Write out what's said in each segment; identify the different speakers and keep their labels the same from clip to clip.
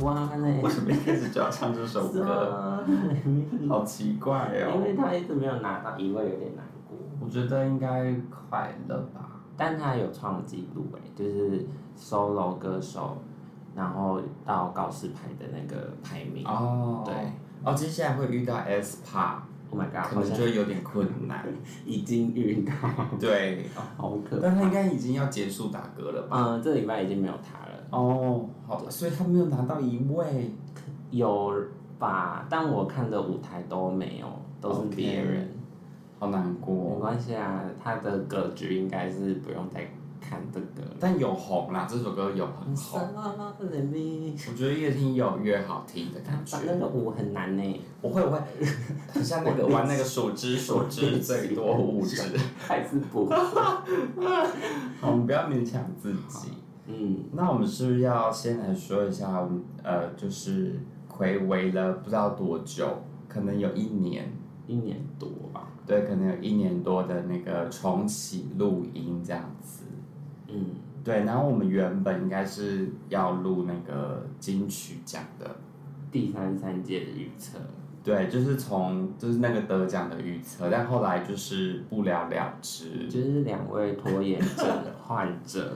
Speaker 1: 哇嘞，
Speaker 2: 为什么一开始就要唱这 首歌？好奇怪
Speaker 1: 因为
Speaker 2: 哦！
Speaker 1: 他一直没有拿到一位，有点难过。
Speaker 2: 我觉得应该快乐吧。
Speaker 1: 但他有创纪录哎，就是 solo 歌手，然后到告示牌的那个排名。
Speaker 2: 哦，
Speaker 1: 对，
Speaker 2: 哦，接下来会遇到 S Park，
Speaker 1: Oh my god，
Speaker 2: 可
Speaker 1: 好
Speaker 2: 能
Speaker 1: 像
Speaker 2: 就有点困难。
Speaker 1: 已经遇到，
Speaker 2: 对，
Speaker 1: 好可怕。
Speaker 2: 但他应该已经要结束打歌了吧？
Speaker 1: 嗯，这礼拜已经没有他了，
Speaker 2: 哦，好，所以他没有拿到一位。
Speaker 1: 有吧？但我看的舞台都没有，都是别人。
Speaker 2: 好难
Speaker 1: 没
Speaker 2: 过，
Speaker 1: 关系啊，他的格局应该是不用再看这个了。
Speaker 2: 但有红啦，这首歌有很红。我觉得越听有越好听的感觉
Speaker 1: 他。那个舞很难呢，
Speaker 2: 我会我会，很像那个玩那个手指手指最多五指，
Speaker 1: 还是不会。
Speaker 2: 我们不要勉强自己。
Speaker 1: 嗯，
Speaker 2: 那我们是不是要先来说一下，我们呃，就是暌违了不知道多久，可能有一年，
Speaker 1: 一年多吧。
Speaker 2: 对，可能有一年多的那个重启录音这样子。
Speaker 1: 嗯，
Speaker 2: 对，然后我们原本应该是要录那个金曲奖的，
Speaker 1: 第三三届的预测，
Speaker 2: 对，就是从就是那个得奖的预测，但后来就是不了了之。
Speaker 1: 就是两位拖延症 患者，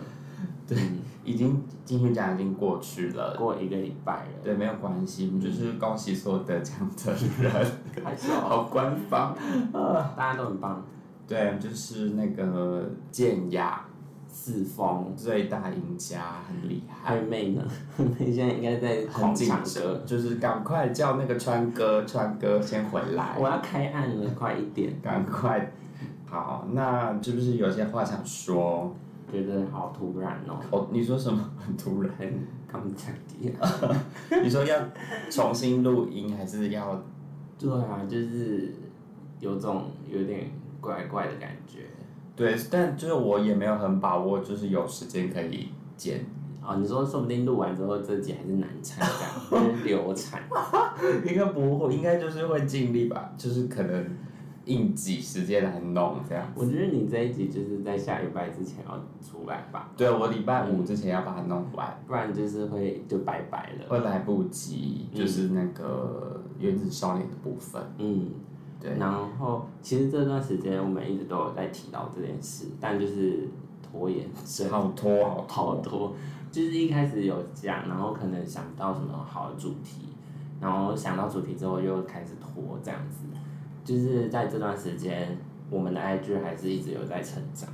Speaker 1: 对，
Speaker 2: 已经金曲奖已经过去了，
Speaker 1: 过一个礼拜了，
Speaker 2: 对，没有关系，我们就是恭喜所有得奖的人，
Speaker 1: 还是哦
Speaker 2: 好官方。
Speaker 1: 大家都很棒，
Speaker 2: 对，就是那个健雅
Speaker 1: 四风。
Speaker 2: 最大赢家，很厉害，
Speaker 1: 二妹 呢？二妹现在应该在
Speaker 2: 很
Speaker 1: 狂
Speaker 2: 紧
Speaker 1: 唱歌，
Speaker 2: 张，就是赶快叫那个川哥，川哥先回来
Speaker 1: 我，要开案了，快一点！
Speaker 2: 赶快。好，那是不是有些话想说？
Speaker 1: 觉得好突然哦，
Speaker 2: 哦，你说什么？很突 然。
Speaker 1: 很刚讲的。
Speaker 2: 你说要重新录音，还是要？
Speaker 1: 对啊，就是有种有点怪怪的感觉。
Speaker 2: 对，但就是我也没有很把握，就是有时间可以剪
Speaker 1: 哦，你说说不定录完之后这集还是难产这样，就是流产。
Speaker 2: 应该不会，应该就是会尽力吧，就是可能硬挤时间来弄这样。
Speaker 1: 我觉得你这一集就是在下礼拜之前要出来吧，
Speaker 2: 对我礼拜五之前要把它弄完，
Speaker 1: 不然就是会就拜拜了。
Speaker 2: 会来不及，就是那个原子少年的部分。
Speaker 1: 嗯，
Speaker 2: 对，
Speaker 1: 然后其实这段时间我们一直都有在提到这件事，但就是拖延症
Speaker 2: 好拖好
Speaker 1: 好
Speaker 2: 拖，
Speaker 1: 多，就是一开始有讲，然后可能想到什么好的主题，然后想到主题之后又开始拖这样子，就是在这段时间，我们的 IG 还是一直有在成长。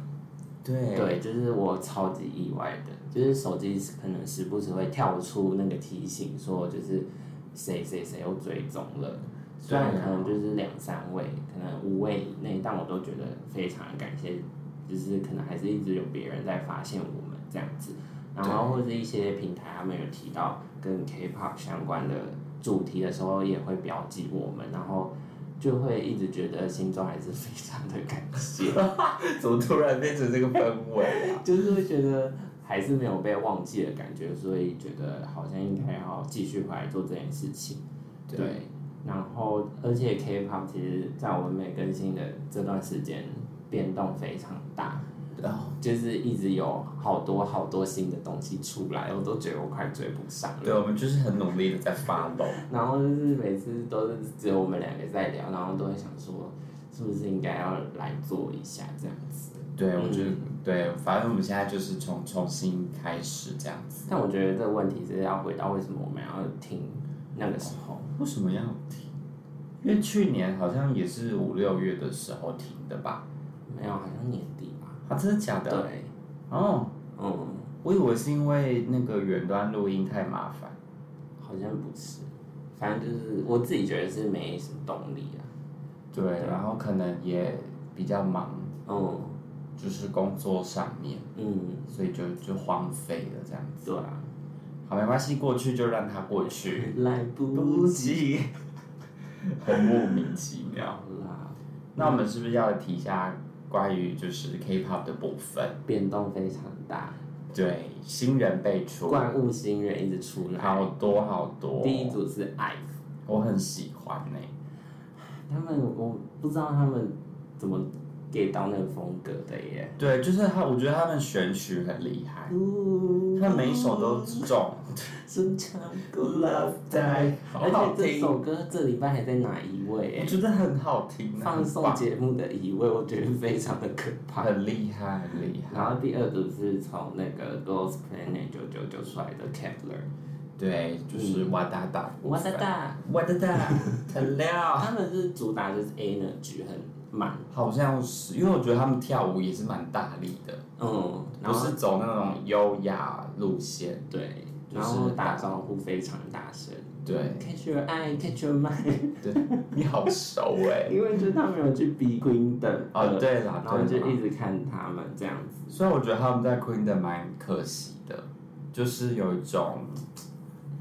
Speaker 2: 对
Speaker 1: 对，就是我超级意外的，就是手机可能时不时会跳出那个提醒，说就是谁谁谁又追踪了，虽然
Speaker 2: 对啊
Speaker 1: 可能就是两三位，可能五位以内，但我都觉得非常感谢，就是可能还是一直有别人在发现我们这样子，然后或者一些平台他们有提到跟 K-pop 相关的主题的时候，也会标记我们，然后。就会一直觉得心中还是非常的感谢，
Speaker 2: 怎么突然变成这个氛围啊？
Speaker 1: 就是会觉得还是没有被忘记的感觉，所以觉得好像应该要继续回来做这件事情。对，
Speaker 2: 对，
Speaker 1: 然后而且 K-pop 其实在我们每更新的这段时间变动非常大，
Speaker 2: 然
Speaker 1: 哦
Speaker 2: 后
Speaker 1: 就是一直有好多好多新的东西出来，我都觉得我快追不上了。
Speaker 2: 对我们就是很努力的在发抖，
Speaker 1: 然后就是每次都是只有我们两个在聊，然后都会想说，是不是应该要来做一下这样子。
Speaker 2: 对我觉得
Speaker 1: 嗯
Speaker 2: 对，反正我们现在就是从重新开始这样子。
Speaker 1: 但我觉得这个问题是要回到为什么我们要听那个时候，
Speaker 2: 为什么要停？因为去年好像也是五六月的时候停的吧？
Speaker 1: 没有好像年底吧？
Speaker 2: 啊，真的假的？
Speaker 1: 对，
Speaker 2: 哦，
Speaker 1: 嗯，
Speaker 2: 我以为是因为那个远端录音太麻烦。
Speaker 1: 好像不是，反正就是我自己觉得是没什么动力啊。
Speaker 2: 对，然后可能也比较忙，
Speaker 1: 嗯
Speaker 2: 就是工作上面，
Speaker 1: 嗯，
Speaker 2: 所以就就荒废了这样。
Speaker 1: 对啊，
Speaker 2: 好，没关系，过去就让它过去。
Speaker 1: 来 不及
Speaker 2: 及， 很莫名其妙。
Speaker 1: 啦，
Speaker 2: 那我们是不是要提一下关于就是 K-pop 的部分？
Speaker 1: 变动非常大，
Speaker 2: 对，新人辈出。
Speaker 1: 怪物新人一直出来。
Speaker 2: 好多好多，
Speaker 1: 第一组是 IVE，
Speaker 2: 我很喜欢呢、
Speaker 1: 他们我不知道他们怎么 get 到那个风格的耶。
Speaker 2: 对，就是他，我觉得他们选曲很厉害，
Speaker 1: 嗯
Speaker 2: 他每一首都中。
Speaker 1: 真唱 Good Love Die，
Speaker 2: 好好
Speaker 1: 而且这
Speaker 2: 听
Speaker 1: 首歌这礼拜还在哪一位
Speaker 2: 我
Speaker 1: 耶？
Speaker 2: 觉得很好听，啊
Speaker 1: 放
Speaker 2: 很
Speaker 1: 送
Speaker 2: 棒
Speaker 1: 节目的一位，我觉得非常的可怕。
Speaker 2: 很厉害，很厉
Speaker 1: 然
Speaker 2: 害。
Speaker 1: 后第二组是从那个 Girls Planet 九九九出来的 Kepler，
Speaker 2: 对，就是哇哒哒，
Speaker 1: 哇哒，哒，
Speaker 2: 哇哒哒，很亮。
Speaker 1: 啊他们是主打就是 energy 很满，
Speaker 2: 好像是，因为我觉得他们跳舞也是蛮大力的，
Speaker 1: 嗯，然
Speaker 2: 不
Speaker 1: 后
Speaker 2: 是走那种优雅路线。
Speaker 1: 对，
Speaker 2: 就是
Speaker 1: 然后打招呼非常大声
Speaker 2: 对，
Speaker 1: ，Catch your eye，Catch your mind，
Speaker 2: 你好熟哎、
Speaker 1: 因为就是他们有去逼 Queen 的，
Speaker 2: 哦，，对啦，
Speaker 1: 然后
Speaker 2: 对
Speaker 1: 就
Speaker 2: 啦。
Speaker 1: 一直看他们这样子，
Speaker 2: 虽然我觉得他们在 Queen 的蛮可惜的，就是有一种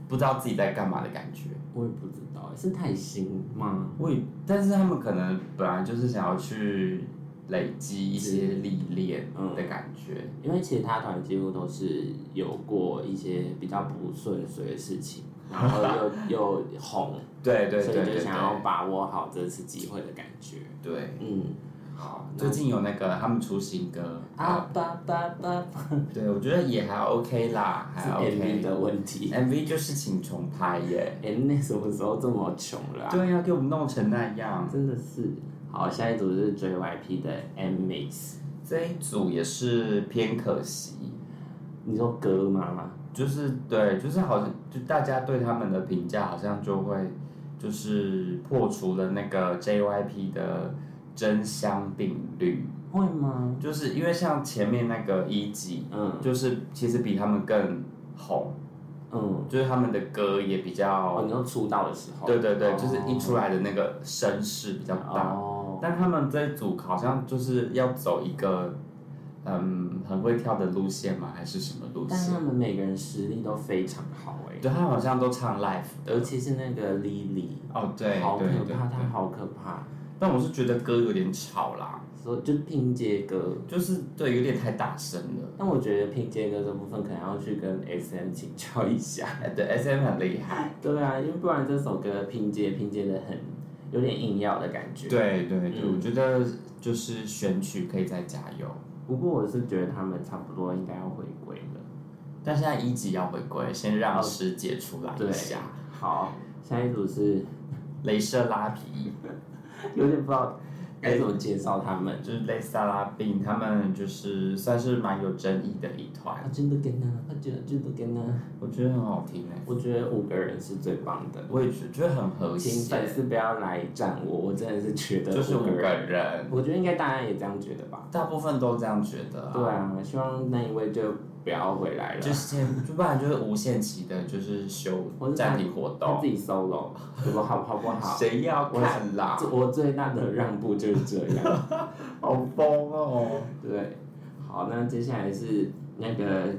Speaker 2: 不知道自己在干嘛的感觉。
Speaker 1: 我也不知道是太新吗？
Speaker 2: 我也，但是他们可能本来就是想要去累积一些历练
Speaker 1: 嗯
Speaker 2: 的感觉。
Speaker 1: 因为其他团几乎都是有过一些比较不顺遂的事情，然后又 又红，
Speaker 2: 对对
Speaker 1: 所
Speaker 2: 对
Speaker 1: 以
Speaker 2: 对
Speaker 1: 就
Speaker 2: 对
Speaker 1: 想要把握好这次机会的感觉。
Speaker 2: 对。
Speaker 1: 嗯，
Speaker 2: 好，最近有那个他们出新歌
Speaker 1: 啊，叭叭叭叭，
Speaker 2: 对我觉得也还 OK 啦，
Speaker 1: 是
Speaker 2: 还
Speaker 1: MV
Speaker 2: OK。
Speaker 1: 的问题。
Speaker 2: MV 就是请重拍耶，
Speaker 1: 哎、那什么时候这么穷了、啊？
Speaker 2: 对呀、给我们弄成那样。
Speaker 1: 真的是。好，下一组是 JYP 的 M Mix，
Speaker 2: 这一组也是偏可惜，
Speaker 1: 你说歌吗？
Speaker 2: 就是对，就是好像就大家对他们的评价好像就会就是破除了那个 JYP 的真香定律，
Speaker 1: 会吗？
Speaker 2: 就是因为像前面那个一集，
Speaker 1: 嗯
Speaker 2: 就是其实比他们更红，
Speaker 1: 嗯，
Speaker 2: 就是他们的歌也比较
Speaker 1: 哦，你说出道的时候，
Speaker 2: 对对对，
Speaker 1: 哦
Speaker 2: 就是一出来的那个声势比较大。
Speaker 1: 哦，
Speaker 2: 但他们这一组好像就是要走一个，嗯，很会跳的路线吗？还是什么路
Speaker 1: 但
Speaker 2: 线？
Speaker 1: 他们每个人实力都非常好哎、
Speaker 2: 对，他们好像都唱 live
Speaker 1: 尤
Speaker 2: 的。
Speaker 1: 其是那个 Lily，
Speaker 2: 哦，对
Speaker 1: 好可
Speaker 2: 对对
Speaker 1: 怕，她好可怕，
Speaker 2: 但我是觉得歌有点吵啦，
Speaker 1: 所以就拼接歌。
Speaker 2: 就是对，有点太大声了。
Speaker 1: 但我觉得拼接歌这部分可能要去跟 S M 请教一下。
Speaker 2: 哎，对，S M 很厉害。
Speaker 1: 对啊，因为不然这首歌拼接拼接的很有点硬要的感觉。
Speaker 2: 对对对，
Speaker 1: 嗯
Speaker 2: 我觉得就是选曲可以再加油，
Speaker 1: 不过我是觉得他们差不多应该要回归了。
Speaker 2: 但现在一级要回归，先让师姐出来
Speaker 1: 对
Speaker 2: 一下。，
Speaker 1: 好，下一组是
Speaker 2: 镭射拉皮。
Speaker 1: 有点不知道该怎么介绍他们。
Speaker 2: 就是类似萨拉宾，他们就是算是蛮有争议的一团，
Speaker 1: 啊，真的跟呢，啊，真的真的跟呢，
Speaker 2: 我觉得很好听哎、
Speaker 1: 我觉得五个人是最棒的。
Speaker 2: 我也觉觉得很和
Speaker 1: 请粉
Speaker 2: 谐，
Speaker 1: 丝不要来站我，我真的是觉得
Speaker 2: 就是五
Speaker 1: 五个
Speaker 2: 个
Speaker 1: 人，
Speaker 2: 人，
Speaker 1: 我觉得应该大家也这样觉得吧。
Speaker 2: 大部分都这样觉得、
Speaker 1: 对，啊，希望那一位就不要回来了，
Speaker 2: 就是先，就不然就是无限期的，就是休
Speaker 1: 我是
Speaker 2: 暂停活
Speaker 1: 他
Speaker 2: 动
Speaker 1: 自，己 solo，好不好？好不 好？
Speaker 2: 谁要看啦？
Speaker 1: 这我最大的让步就是这样。
Speaker 2: 好疯哦！
Speaker 1: 对，好，那接下来是那个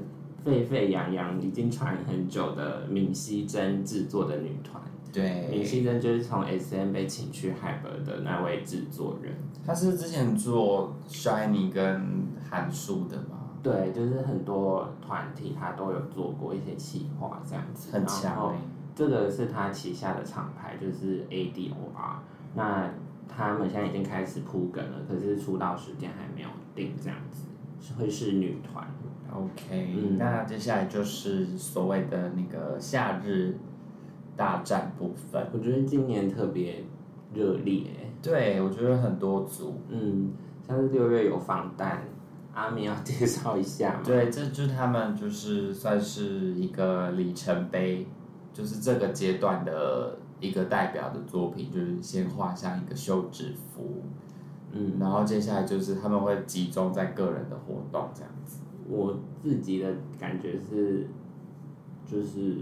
Speaker 1: 沸沸扬扬、已经传很久的闵熙珍制作的女团。闵
Speaker 2: 对，
Speaker 1: 熙珍就是从 S M 被请去海博的那位制作人。
Speaker 2: 他是之前做 Shiny 跟韩束的嘛，
Speaker 1: 对，就是很多团体他都有做过一些企划这样子，
Speaker 2: 很强
Speaker 1: 然后
Speaker 2: 哎、
Speaker 1: 这个是他旗下的厂牌，就是 ADOR。那他们现在已经开始铺梗了，可是出道时间还没有定，这样子是会是女团。
Speaker 2: OK，、
Speaker 1: 嗯
Speaker 2: 那接下来就是所谓的那个夏日大战部分。
Speaker 1: 我觉得今年特别热烈、欸
Speaker 2: 对，我觉得很多组，
Speaker 1: 嗯，像是六月有防弹，阿明要介绍一下吗？
Speaker 2: 对，这就是他们就是算是一个里程碑，就是这个阶段的一个代表的作品，就是先画上一个休止符，
Speaker 1: 嗯，
Speaker 2: 然后接下来就是他们会集中在个人的活动这样子。
Speaker 1: 我自己的感觉是，就是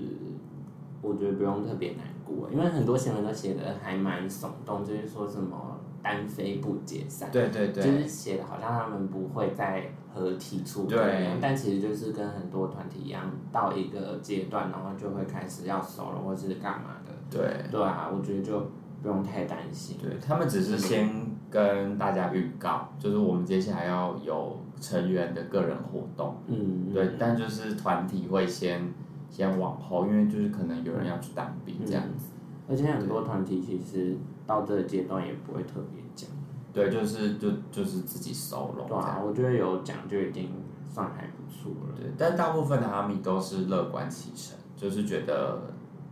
Speaker 1: 我觉得不用特别难过，因为很多新闻都写的还蛮耸动，就是说什么单飞不解散。
Speaker 2: 对对
Speaker 1: 就
Speaker 2: 对
Speaker 1: 是写的好像他们不会再合体出歌
Speaker 2: 对
Speaker 1: 一样，但其实就是跟很多团体一样，到一个阶段，然后就会开始要 solo 或是干嘛的。
Speaker 2: 对
Speaker 1: 对啊，我觉得就不用太担心。
Speaker 2: 对，他们只是先跟大家预告，就是我们接下来要有成员的个人活动。
Speaker 1: 嗯，
Speaker 2: 对，但就是团体会先先往后，因为就是可能有人要去当兵这样子。
Speaker 1: 而且很多团体其实到这个阶段也不会特别讲。
Speaker 2: 对，就是就就是自己 solo 这
Speaker 1: 对
Speaker 2: 样。
Speaker 1: 啊，我觉得有讲就已经算还不错了。
Speaker 2: 对，但大部分的阿米都是乐观其成，就是觉得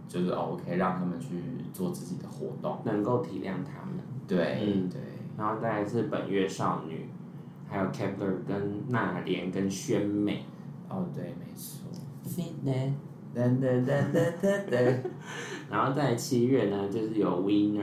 Speaker 2: 就是哦，我可以让他们去做自己的活动。
Speaker 1: 能够体谅他们。
Speaker 2: 对，
Speaker 1: 嗯
Speaker 2: 对，
Speaker 1: 然后再来是本月少女，还有 Kepler 跟娜莲跟宣美。
Speaker 2: 哦，对，没错。
Speaker 1: Fitness
Speaker 2: 哒哒哒哒哒哒。
Speaker 1: 然后在七月呢，就是有 Winner，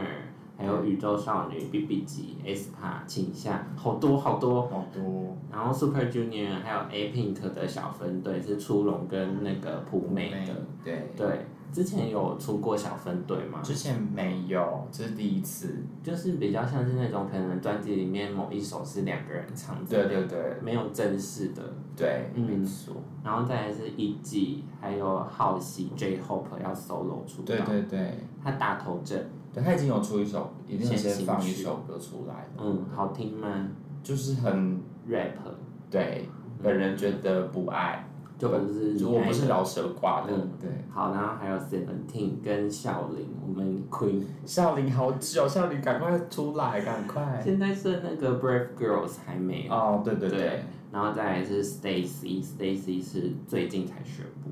Speaker 1: 还有宇宙少女 B B 级 s p a 倾向，好多好多。
Speaker 2: 好多
Speaker 1: 然后 Super Junior 还有 A Pink 的小分队是出龙跟那个普美的。
Speaker 2: 对，
Speaker 1: 对，之前有出过小分队吗？
Speaker 2: 之前没有，这是第一次。
Speaker 1: 就是比较像是那种可能专辑里面某一首是两个人唱的，
Speaker 2: 对对对
Speaker 1: 没有正式的。
Speaker 2: 对，
Speaker 1: 嗯
Speaker 2: 没错。
Speaker 1: 然后再来是一季，还有浩喜 J Hope 要 solo 出道，
Speaker 2: 对对对，
Speaker 1: 他打头阵，
Speaker 2: 对他已经有出一首，已经
Speaker 1: 先
Speaker 2: 有先
Speaker 1: 行
Speaker 2: 放一
Speaker 1: 曲
Speaker 2: 首歌出来了，
Speaker 1: 嗯，好听吗
Speaker 2: 就是很
Speaker 1: ？rap
Speaker 2: 对，本人觉得不爱，
Speaker 1: 就不是你
Speaker 2: 就我
Speaker 1: 爱
Speaker 2: 不是
Speaker 1: 的
Speaker 2: 饶舌挂的，
Speaker 1: 嗯
Speaker 2: 对。
Speaker 1: 好，然后还有 Seventeen 跟孝琳，我们 Queen
Speaker 2: 笑林好久，笑林赶快出来，赶快！
Speaker 1: 现在是那个 Brave Girls 还没有，
Speaker 2: 哦，对对
Speaker 1: 对然后再来是 Stacy，Stacy 是最近才宣布，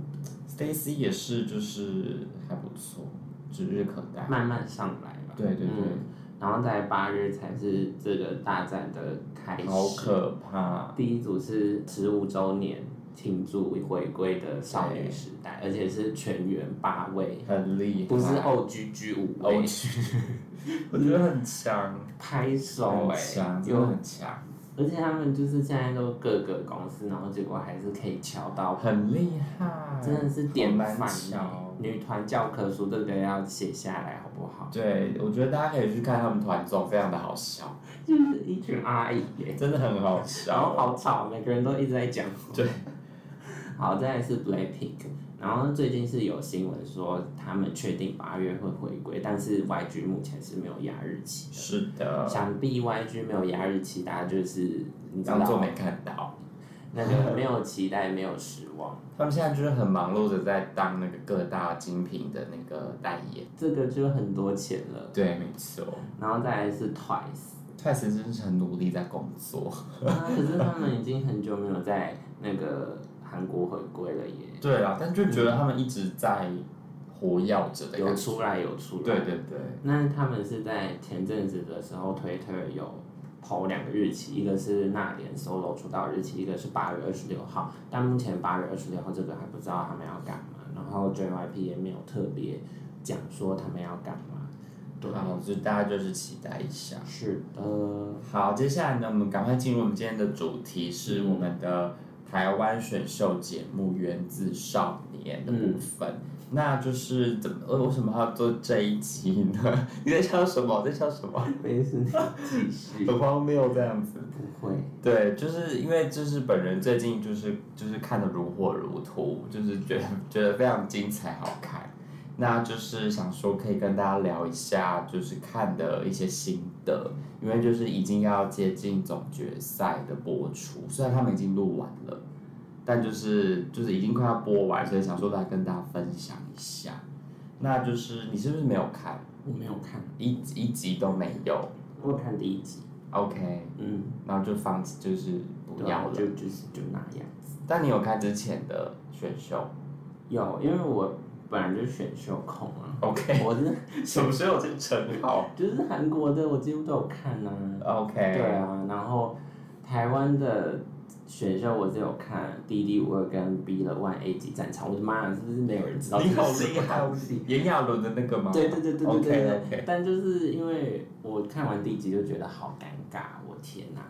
Speaker 2: ，Stacy 也是，就是还不错，指日可待。
Speaker 1: 慢慢上来吧，
Speaker 2: 对对对，
Speaker 1: 嗯然后在八月才是这个大战的开始，
Speaker 2: 好可怕！
Speaker 1: 第一组是十五周年庆祝回归的少女时代，而且是全员八位，
Speaker 2: 很厉害，
Speaker 1: 不是 O G G 五
Speaker 2: O
Speaker 1: 位，
Speaker 2: G，我 觉得很强，
Speaker 1: 拍手
Speaker 2: 很
Speaker 1: 哎、
Speaker 2: 强，真的
Speaker 1: 有，
Speaker 2: 很强，
Speaker 1: 而且他们就是现在都各个公司，然后结果还是可以敲到，
Speaker 2: 很厉害，
Speaker 1: 真的是典
Speaker 2: 好
Speaker 1: 范啊欸
Speaker 2: 难瞧。
Speaker 1: 女团教科书，这个要写下来好不好？
Speaker 2: 对，我觉得大家可以去看他们团综，非常的好笑，
Speaker 1: 就是一群阿姨耶、
Speaker 2: 真的很好
Speaker 1: 然后
Speaker 2: 笑。
Speaker 1: 好吵，每个人都一直在讲。
Speaker 2: 啊对，
Speaker 1: 好，再来是 Blackpink，然后最近是有新闻说他们确定八月会回归，但是 YG 目前是没有压日期的。
Speaker 2: 是的，
Speaker 1: 想必 YG 没有压日期，大家就是你知
Speaker 2: 当做
Speaker 1: 道
Speaker 2: 没看到。
Speaker 1: 那个没有期待，没有失望，
Speaker 2: 他们现在就是很忙碌的在当那个各大精品的那个代言。
Speaker 1: 这个就很多钱了。
Speaker 2: 对，没错。
Speaker 1: 然后再来是 Twice，
Speaker 2: 泰斯真是很努力在工作。
Speaker 1: 啊可是他们已经很久没有在那个韩国回归了耶，
Speaker 2: 对啊，但就觉得他们一直在活跃着的
Speaker 1: 有
Speaker 2: 感觉。
Speaker 1: 出来有出来。
Speaker 2: 对对对，
Speaker 1: 那他们是在前阵子的时候，推特有抛两个日期，一个是那年 solo 出道日期，一个是八月二十六号。但目前八月二十六号这个还不知道他们要干嘛，然后 JYP 也没有特别讲说他们要干嘛。对，
Speaker 2: 好，就大家就是期待一下。
Speaker 1: 是的，
Speaker 2: 好，接下来呢，我们赶快进入我们今天的主题，是我们的台湾选秀节目《源自少年》的部分。那就是怎么呃为什么要做这一集呢？ 你在笑什么？在笑什么？
Speaker 1: 没事，继续。
Speaker 2: 很荒谬这样子。
Speaker 1: 不会，
Speaker 2: 对，就是因为就是本人最近就是就是看的如火如荼，就是觉得觉得非常精彩好看。那就是想说可以跟大家聊一下，就是看的一些心得，因为就是已经要接近总决赛的播出，虽然他们已经录完了，但就是就是已经快要播完，所以想说来跟大家分享一下。那就是你是不是没有看
Speaker 1: 我没有看，
Speaker 2: 一一集都没有
Speaker 1: 我有看第一集，
Speaker 2: ？OK，
Speaker 1: 嗯，
Speaker 2: 然后就放就是不
Speaker 1: 对啊
Speaker 2: 要了。
Speaker 1: 就就是就那样。
Speaker 2: 但你有看之前的选秀
Speaker 1: 有，因为我本来就是选秀控啊，
Speaker 2: ？OK，
Speaker 1: 我是
Speaker 2: 什么时候这称号
Speaker 1: 就是韩国的，我几乎都有看啊。
Speaker 2: ？OK，
Speaker 1: 对啊，然后台湾的选秀我只有看《D D 五二》跟《B 的 One A 级战场》，我的妈呀，是不是没有人知道这
Speaker 2: 你
Speaker 1: 个
Speaker 2: 好
Speaker 1: 是
Speaker 2: 厉
Speaker 1: 什么
Speaker 2: 害
Speaker 1: 东西？！
Speaker 2: 炎亚纶的那个吗？
Speaker 1: 对对对对对对
Speaker 2: OK
Speaker 1: 对
Speaker 2: OK，
Speaker 1: 但就是因为我看完第一集就觉得好尴尬，我天哪、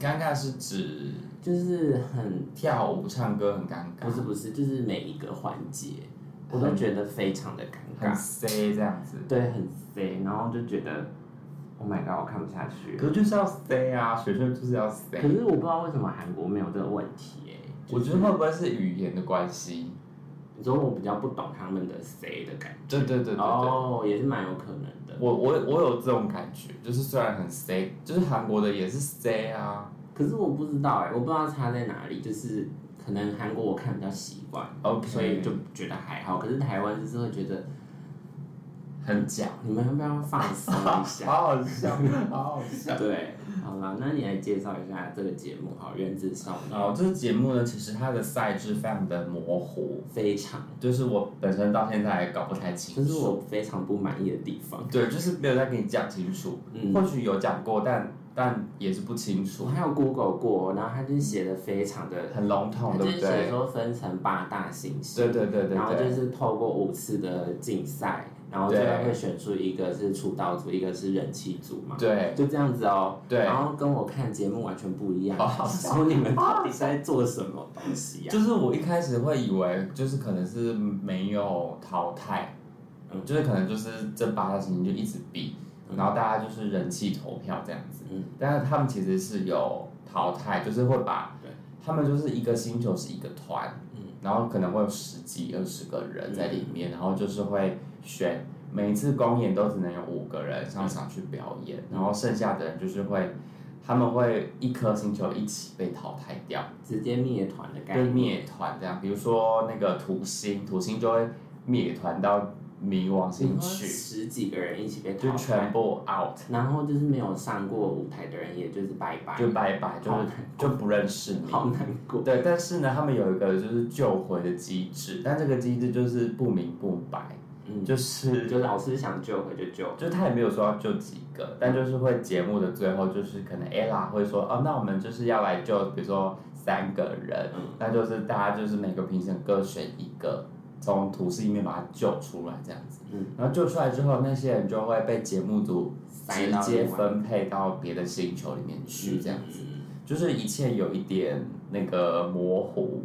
Speaker 2: 尴尬是指
Speaker 1: 就是很
Speaker 2: 跳舞唱歌很尴尬，
Speaker 1: 不是不是，就是每一个环节我都觉得非常的尴
Speaker 2: 很
Speaker 1: 尬，
Speaker 2: C 这样子。
Speaker 1: 对，很 C，然后就觉得 Oh my god，我看不下去了。
Speaker 2: 可是就是要 C 啊，选秀就是要 C
Speaker 1: 可。是我不知道为什么韩国没有这个问题耶、就
Speaker 2: 我觉
Speaker 1: 是
Speaker 2: 得会不会是语言的关系？
Speaker 1: 你说我比较不懂他们的谁的感觉，
Speaker 2: 对对对对对。
Speaker 1: 哦，也是蛮有可能的。
Speaker 2: 我我我有这种感觉，就是虽然很 C，就是韩国的也是 C 啊。
Speaker 1: 可是我不知道哎、我不知道差在哪里，就是可能韩国我看比较习惯
Speaker 2: OK，
Speaker 1: 所以就觉得还好。可是台湾就是会觉得
Speaker 2: 很假，
Speaker 1: 你们要不要放松一下？
Speaker 2: 好好笑，好好笑。
Speaker 1: 对，好了，那你来介绍一下这个节目好，《原子少年
Speaker 2: 哦，这个节目呢，其实它的赛制非常的模糊，》
Speaker 1: 非常，
Speaker 2: 就是我本身到现在也搞不太
Speaker 1: 这
Speaker 2: 清
Speaker 1: 是哦
Speaker 2: 楚。
Speaker 1: 我非常不满意的地方。
Speaker 2: 对，就是没有再跟你讲清楚，
Speaker 1: 嗯，
Speaker 2: 或许有讲过，但但也是不清
Speaker 1: 我
Speaker 2: 楚，
Speaker 1: 还有 Google 过，然后他就写的非常的，
Speaker 2: 很笼
Speaker 1: 他
Speaker 2: 统，
Speaker 1: 就
Speaker 2: 对
Speaker 1: 是
Speaker 2: 不
Speaker 1: 写
Speaker 2: 对？
Speaker 1: 说分成八大行星，
Speaker 2: 对对对对
Speaker 1: 然后就
Speaker 2: 对，
Speaker 1: 是透过五次的竞赛，然后最后会选出一个是出道组，一个是人气组嘛，
Speaker 2: 对
Speaker 1: 就这样子哦。
Speaker 2: 对
Speaker 1: 然后跟我看节目完全不一样，
Speaker 2: 好好
Speaker 1: 然后你们到底是在做什么东西啊呀、
Speaker 2: 就是我一开始会以为就是可能是没有淘汰，
Speaker 1: 嗯
Speaker 2: 就是可能就是这八大行星就一直比，
Speaker 1: 嗯
Speaker 2: 然后大家就是人气投票这样子，
Speaker 1: 嗯
Speaker 2: 但是他们其实是有淘汰，就是会把
Speaker 1: 对
Speaker 2: 他们就是一个星球是一个团，
Speaker 1: 嗯
Speaker 2: 然后可能会有十几二十个人在里面，然后就是会选每一次公演都只能有五个人上场去表演，
Speaker 1: 嗯
Speaker 2: 然后剩下的人就是会他们会一颗星球一起被淘汰掉。
Speaker 1: 直接灭团的概
Speaker 2: 被
Speaker 1: 念。
Speaker 2: 灭团这样，比如说那个土星，土星就会灭团到冥王
Speaker 1: 你
Speaker 2: 星
Speaker 1: 说
Speaker 2: 去，
Speaker 1: 十几个人一起被
Speaker 2: 就
Speaker 1: 淘
Speaker 2: 全
Speaker 1: 汰，
Speaker 2: 部 out，
Speaker 1: 然后就是没有上过舞台的人，也就是拜拜，
Speaker 2: 就拜拜，就
Speaker 1: 好
Speaker 2: 是就不认识你。
Speaker 1: 好难过。
Speaker 2: 对，但是呢，他们有一个就是救回的机制，但这个机制就是不明不白，
Speaker 1: 嗯，
Speaker 2: 就是
Speaker 1: 就老师想救回就救，
Speaker 2: 就他也没有说要救几个，但就是会节目的最后，就是可能 ella 会说，哦，那我们就是要来救，比如说三个人，
Speaker 1: 嗯
Speaker 2: 那就是大家就是每个评审各选一个，从土司里面把他救出来这样子。
Speaker 1: 嗯
Speaker 2: 然后救出来之后，那些人就会被节目组
Speaker 1: 塞
Speaker 2: 直
Speaker 1: 到
Speaker 2: 接
Speaker 1: 另外嗯
Speaker 2: 分配到别的星球里面去，这样子，就是一切有一点那个模糊。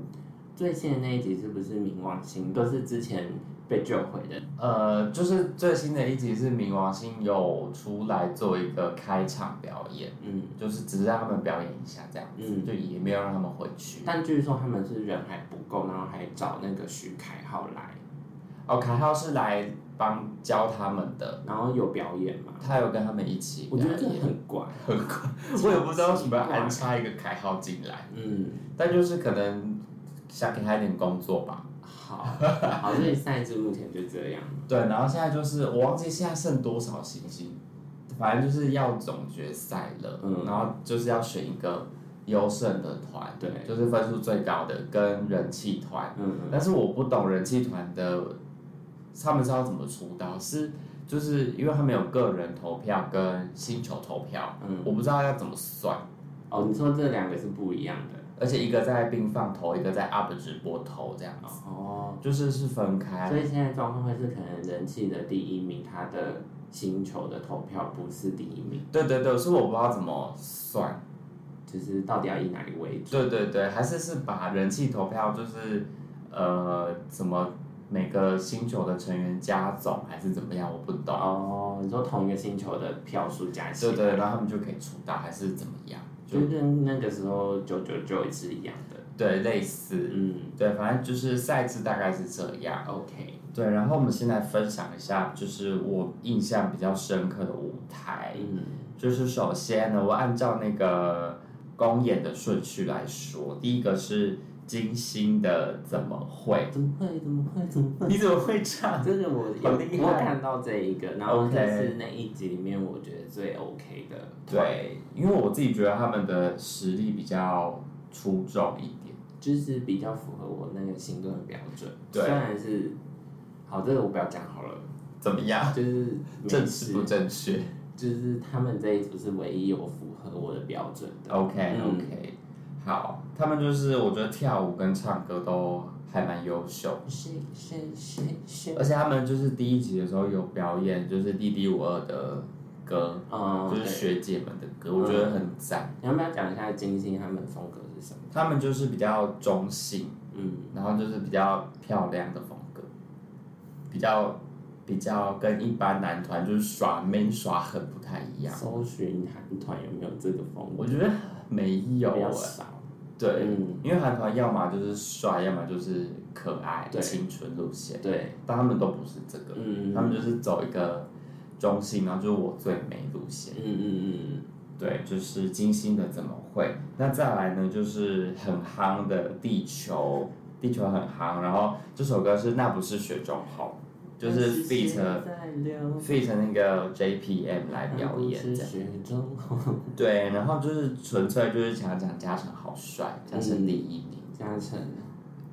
Speaker 1: 最新的那一集是不是冥王星？都是之前被救回的。
Speaker 2: 呃，就是最新的一集是冥王星有出来做一个开场表演。
Speaker 1: 嗯
Speaker 2: 就是只是让他们表演一下这样子，
Speaker 1: 嗯，
Speaker 2: 就也没有让他们回去。
Speaker 1: 但据说他们是人还不够，然后还找那个徐凯浩来，
Speaker 2: 哦，卡浩是来帮教他们的，
Speaker 1: 然后有表演嘛？
Speaker 2: 他有跟他们一起
Speaker 1: 我
Speaker 2: 表
Speaker 1: 觉得这
Speaker 2: 演。
Speaker 1: 很怪。
Speaker 2: 很怪，我也不知道为什么要安插一个凯浩进来，
Speaker 1: 嗯，
Speaker 2: 但就是可能想给他一点工作吧。
Speaker 1: 好，好，所以赛制目前就这样。
Speaker 2: 对，然后现在就是我忘记现在剩多少行星，反正就是要总决赛了，
Speaker 1: 嗯
Speaker 2: 然后就是要选一个优胜的团，
Speaker 1: 对
Speaker 2: 就是分数最高的跟人气团，
Speaker 1: 嗯
Speaker 2: 但是我不懂人气团的，他们是要怎么出道？是就是因为他们有个人投票跟星球投票，
Speaker 1: 嗯，
Speaker 2: 我不知道要怎么算，
Speaker 1: 哦，你说这两个是不一样的。
Speaker 2: 而且一个在冰放投，一个在 UP 直播投，这样子
Speaker 1: 哦，
Speaker 2: 就是是分开
Speaker 1: 所。以现在状况会是可能人气的第一名，他的星球的投票不是第一名，
Speaker 2: 对对对，是我不知道怎么算。
Speaker 1: 就是到底要以哪里为主？
Speaker 2: 对对对，还是是把人气投票就是呃怎么每个星球的成员加总还是怎么样，我不懂。
Speaker 1: 哦，你说同一个星球的票数加起来，
Speaker 2: 对对，然后他们就可以出道还是怎么样？就
Speaker 1: 就跟那个时候九九九也是一样的。
Speaker 2: 对类似。
Speaker 1: 嗯
Speaker 2: 对，反正就是赛制大概是这样。
Speaker 1: ，OK，
Speaker 2: 对，然后我们先来分享一下，就是我印象比较深刻的舞台。
Speaker 1: 嗯
Speaker 2: 就是首先呢，我按照那个公演的顺序来说，第一个是金星的《怎么 会
Speaker 1: 怎么会？怎么会？怎么》，
Speaker 2: 你怎么会唱？
Speaker 1: 这个我
Speaker 2: 好
Speaker 1: 有
Speaker 2: 厉害
Speaker 1: 我有看到这一个，然后
Speaker 2: OK
Speaker 1: 这是那一集里面我觉得最 OK 的。，
Speaker 2: 对，因为我自己觉得他们的实力比较出众一点。
Speaker 1: 就是比较符合我那个行动的标准。
Speaker 2: 对
Speaker 1: 虽然是好，这个我不要讲好了，
Speaker 2: 怎么样？
Speaker 1: 就是没
Speaker 2: 正
Speaker 1: 事
Speaker 2: 确不正确
Speaker 1: 就是他们这一组是唯一有符合我的标准的。
Speaker 2: ？OK
Speaker 1: 嗯
Speaker 2: OK，、好，他们就是我觉得跳舞跟唱歌都还蛮优秀的
Speaker 1: 谁谁谁谁？
Speaker 2: 而且他们就是第一集的时候有表演，就是《D D 五二》的歌，
Speaker 1: 嗯，
Speaker 2: 就是
Speaker 1: 对。嗯
Speaker 2: 学姐们的歌，我觉得很赞。
Speaker 1: 你要不要讲一下金星他们的风格是什么？
Speaker 2: 他们就是比较中性，
Speaker 1: 嗯，
Speaker 2: 然后就是比较漂亮的风格，比较比较跟一般男团就是耍 man 耍狠不太一样。
Speaker 1: 搜寻韩团有没有这个风格？
Speaker 2: 我觉得没有
Speaker 1: 比
Speaker 2: 哎、
Speaker 1: 较少。
Speaker 2: 对，
Speaker 1: 嗯，
Speaker 2: 因为韩团要么就是帅，要么就是可爱、
Speaker 1: 对
Speaker 2: 青春路线，
Speaker 1: 对，
Speaker 2: 但他们都不是这个，
Speaker 1: 嗯
Speaker 2: 他们就是走一个中性，然后就是我最美路线。
Speaker 1: 嗯嗯
Speaker 2: 对，就是金星的怎么会？那再来呢，就是很夯的地球，地球很夯。然后这首歌是那不是雪中红，
Speaker 1: 嗯，
Speaker 2: 就
Speaker 1: 但
Speaker 2: 是 fit
Speaker 1: 现在流
Speaker 2: fit 那个 JPM 来表演
Speaker 1: 是
Speaker 2: 这样。
Speaker 1: 雪中
Speaker 2: 对，然后就是纯粹就是想讲嘉诚好帅，嘉诚第一名，
Speaker 1: 加成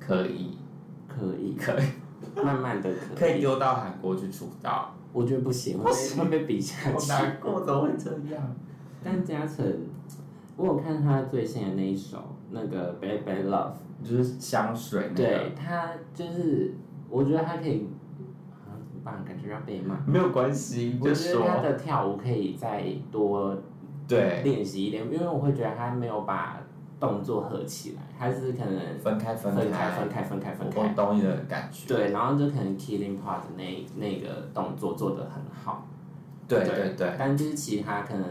Speaker 2: 可以
Speaker 1: 可以，
Speaker 2: 可以
Speaker 1: 慢慢的
Speaker 2: 可
Speaker 1: 可
Speaker 2: 以丢到韩国去出道，
Speaker 1: 我觉得不行，会被会被比下去。
Speaker 2: 过，怎么会这样？
Speaker 1: 但嘉诚，我有看他最新的那一首那个《Bad Bad Love》。
Speaker 2: 就是香水那个，
Speaker 1: 对他就是，我觉得他可以啊，怎么办？感觉要被骂。
Speaker 2: 没有关系，
Speaker 1: 我
Speaker 2: 就
Speaker 1: 觉得他
Speaker 2: 说
Speaker 1: 的跳舞可以再多
Speaker 2: 对，
Speaker 1: 练习一点，因为我会觉得他没有把动作合起来，他是可能
Speaker 2: 分开分
Speaker 1: 分开、
Speaker 2: 开
Speaker 1: 分开、分开、分
Speaker 2: 我
Speaker 1: 开。
Speaker 2: 懂你的感觉。
Speaker 1: 对，然后就可能 killing part 那那个动作做得很好，
Speaker 2: 对对对，
Speaker 1: 但就是其他可能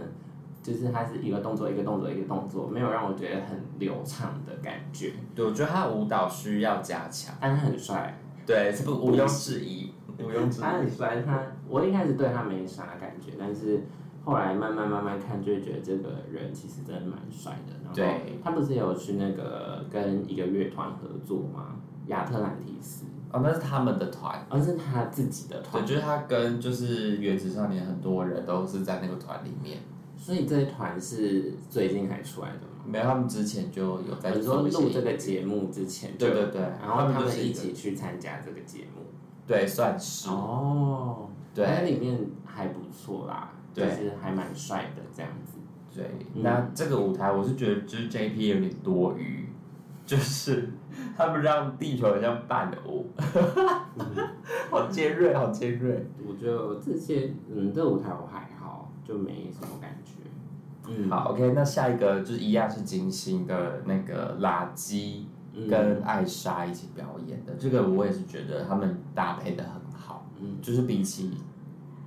Speaker 1: 就是他是一个动作一个动作一个动作，没有让我觉得很流畅的感觉，
Speaker 2: 对，我觉得他舞蹈需要加强，
Speaker 1: 但他很帅。
Speaker 2: 对，这不毋庸置疑，毋庸置
Speaker 1: 他
Speaker 2: 疑。
Speaker 1: 很帅，他我一开始对他没啥感觉，但是后来慢慢慢慢看，就会觉得这个人其实真的蛮帅的。然后
Speaker 2: 对
Speaker 1: 他不是有去那个跟一个乐团合作吗？亚特兰蒂斯，
Speaker 2: 哦，那是他们的团，
Speaker 1: 而、是他自己的团
Speaker 2: 对，，就是他跟就是原子少年很多人都是在那个团里面，
Speaker 1: 所以这一团是最近才出来的吗？
Speaker 2: 没有他们之前就有在
Speaker 1: 你说
Speaker 2: 做一
Speaker 1: 录
Speaker 2: 些，
Speaker 1: 这个节目之前就，
Speaker 2: 对对对，
Speaker 1: 然后他
Speaker 2: 就
Speaker 1: 们
Speaker 2: 是
Speaker 1: 一
Speaker 2: 个
Speaker 1: 起去参加这个节目，
Speaker 2: 对算是
Speaker 1: 哦，
Speaker 2: 对
Speaker 1: 那里面还不错啦，就
Speaker 2: 对
Speaker 1: 是还蛮帅的这样子。
Speaker 2: 对，
Speaker 1: 嗯
Speaker 2: 那这个舞台我是觉得就是 JP 有点多余，就是 他们让地球人像伴舞，
Speaker 1: 嗯
Speaker 2: 好尖锐，好尖锐。
Speaker 1: 我觉得这些，嗯，这舞台我还好，就没什么感觉。嗯，
Speaker 2: 好，OK，那下一个就是一样是金星的那个垃圾
Speaker 1: 嗯，
Speaker 2: 跟艾莎一起表演的，这个我也是觉得他们搭配的很好，
Speaker 1: 嗯，
Speaker 2: 就是比起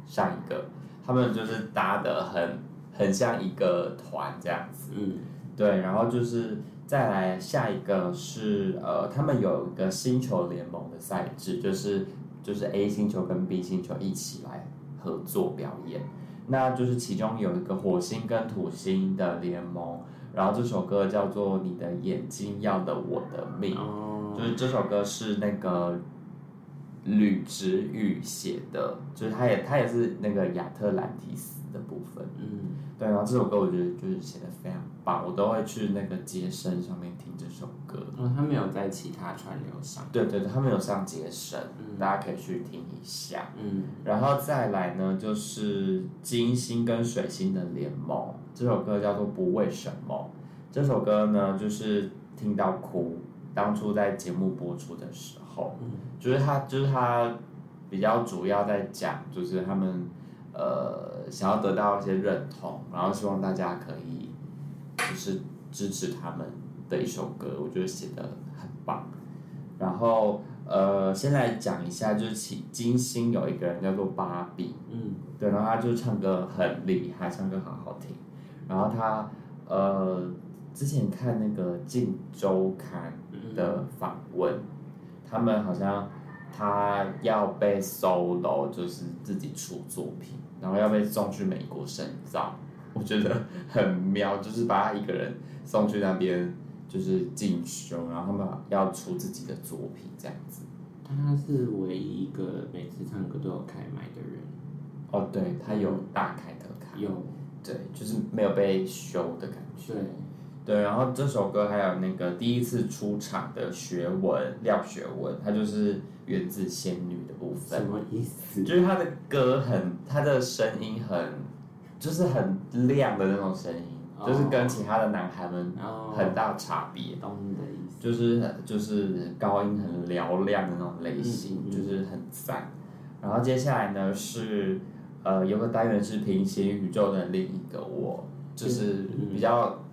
Speaker 2: 上一个，他们就是搭的很很像一个团这样子，
Speaker 1: 嗯，
Speaker 2: 对，然后就是再来下一个是呃，他们有一个星球联盟的赛制，就是就是 A 星球跟 B 星球一起来合作表演。那就是其中有一个火星跟土星的联盟，然后这首歌叫做《你的眼睛要的我的命》，
Speaker 1: 哦，
Speaker 2: 就是这首歌是那个吕植玉写的，就是他也他也是那个亚特兰蒂斯的部分。
Speaker 1: 嗯，
Speaker 2: 对，然后这首歌我觉得就是写的非常棒，我都会去那个街声上面听这首歌。
Speaker 1: 哦，他没有在其他川流上。
Speaker 2: 对对对，他们有上街声，
Speaker 1: 嗯
Speaker 2: 大家可以去听一下。
Speaker 1: 嗯，
Speaker 2: 然后再来呢，就是金星跟水星的联盟，这首歌叫做《不为什么》。这首歌呢，就是听到哭，当初在节目播出的时候，就是他就是他比较主要在讲，就是他们呃想要得到一些认同，然后希望大家可以就是支持他们的一首歌，我觉得写的很棒。然后呃，先来讲一下，就是其金星有一个人叫做芭比，
Speaker 1: 嗯，
Speaker 2: 对，然后他就唱歌很厉害，唱歌很好听。然后他呃，之前看那个《镜周刊》的访问，他们好像他要被 solo，就是自己出作品，然后要被送去美国深造，我觉得很妙，就是把他一个人送去那边就是进修，然后他们要出自己的作品这样子。
Speaker 1: 他是唯一一个每次唱歌都有开麦的人。
Speaker 2: 哦，对，他有大开特开。
Speaker 1: 有，
Speaker 2: 对，就是没有被修的感觉。
Speaker 1: 对，
Speaker 2: 对，然后这首歌还有那个第一次出场的学文廖学文，她就是源自仙女的部
Speaker 1: 什
Speaker 2: 分，
Speaker 1: 么意思？
Speaker 2: 就是她的歌很，她的声音很，就是很亮的那种声音，
Speaker 1: 哦
Speaker 2: 就是跟其他的男孩们
Speaker 1: 然后
Speaker 2: 很大差别，
Speaker 1: 懂你的意思。
Speaker 2: 就是就是高音很嘹亮的那种类型，
Speaker 1: 嗯嗯嗯
Speaker 2: 就是很赞。然后接下来呢是呃有个单元是平行宇宙的另一个我，就是
Speaker 1: 嗯
Speaker 2: 比较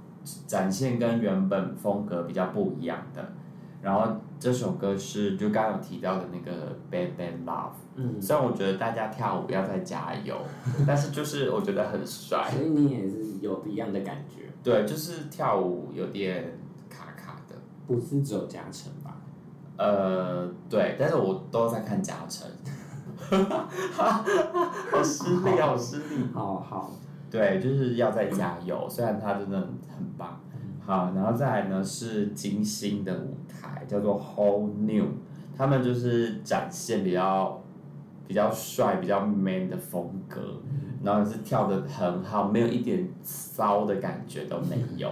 Speaker 2: 展现跟原本风格比较不一样的。然后这首歌是就刚刚有提到的那个 Bad Bad Love，
Speaker 1: 嗯，
Speaker 2: 虽然我觉得大家跳舞要再加油，但是就是我觉得很帅，
Speaker 1: 所以你也是有一样的感觉，
Speaker 2: 对，就是跳舞有点卡卡的。
Speaker 1: 不是只有加成吧？
Speaker 2: 呃，对，但是我都在看嘉诚， 好失利，好失利。
Speaker 1: 好好，
Speaker 2: 对，就是要再加油，虽然他真的很棒。
Speaker 1: 嗯
Speaker 2: 好，然后再来呢是金星的舞台，叫做 Whole New，他们就是展现比较比较帅、比较 man 的风格，
Speaker 1: 嗯
Speaker 2: 然后也是跳的很好，没有一点骚的感觉都 没有。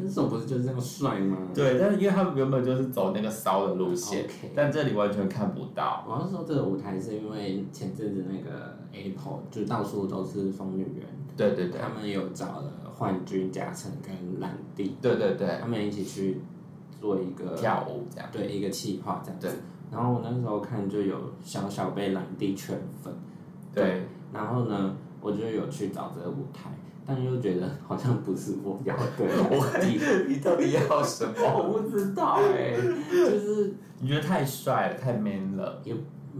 Speaker 1: 那种不是就是这样帅吗？
Speaker 2: 对，但是因为他们原本就是走那个骚的路线
Speaker 1: 哦 OK
Speaker 2: 但这里完全看不到。
Speaker 1: 我要说这个舞台是因为前阵子那个 Apple 就到处都是疯女人，
Speaker 2: 对对对
Speaker 1: 他们有找了幻君、嘉诚跟兰弟，
Speaker 2: 对对对，
Speaker 1: 他们一起去做一个
Speaker 2: 跳舞这样。
Speaker 1: 对一个企划这样
Speaker 2: 对
Speaker 1: 子。然后我那时候看就有小小被兰弟圈粉，
Speaker 2: 对，
Speaker 1: 然后呢，我就有去找这个舞台，但又觉得好像不是我要的
Speaker 2: 我
Speaker 1: 地方。
Speaker 2: 你到底要什么？
Speaker 1: 我不知道哎、就是
Speaker 2: 你觉得太帅了，太 man 了。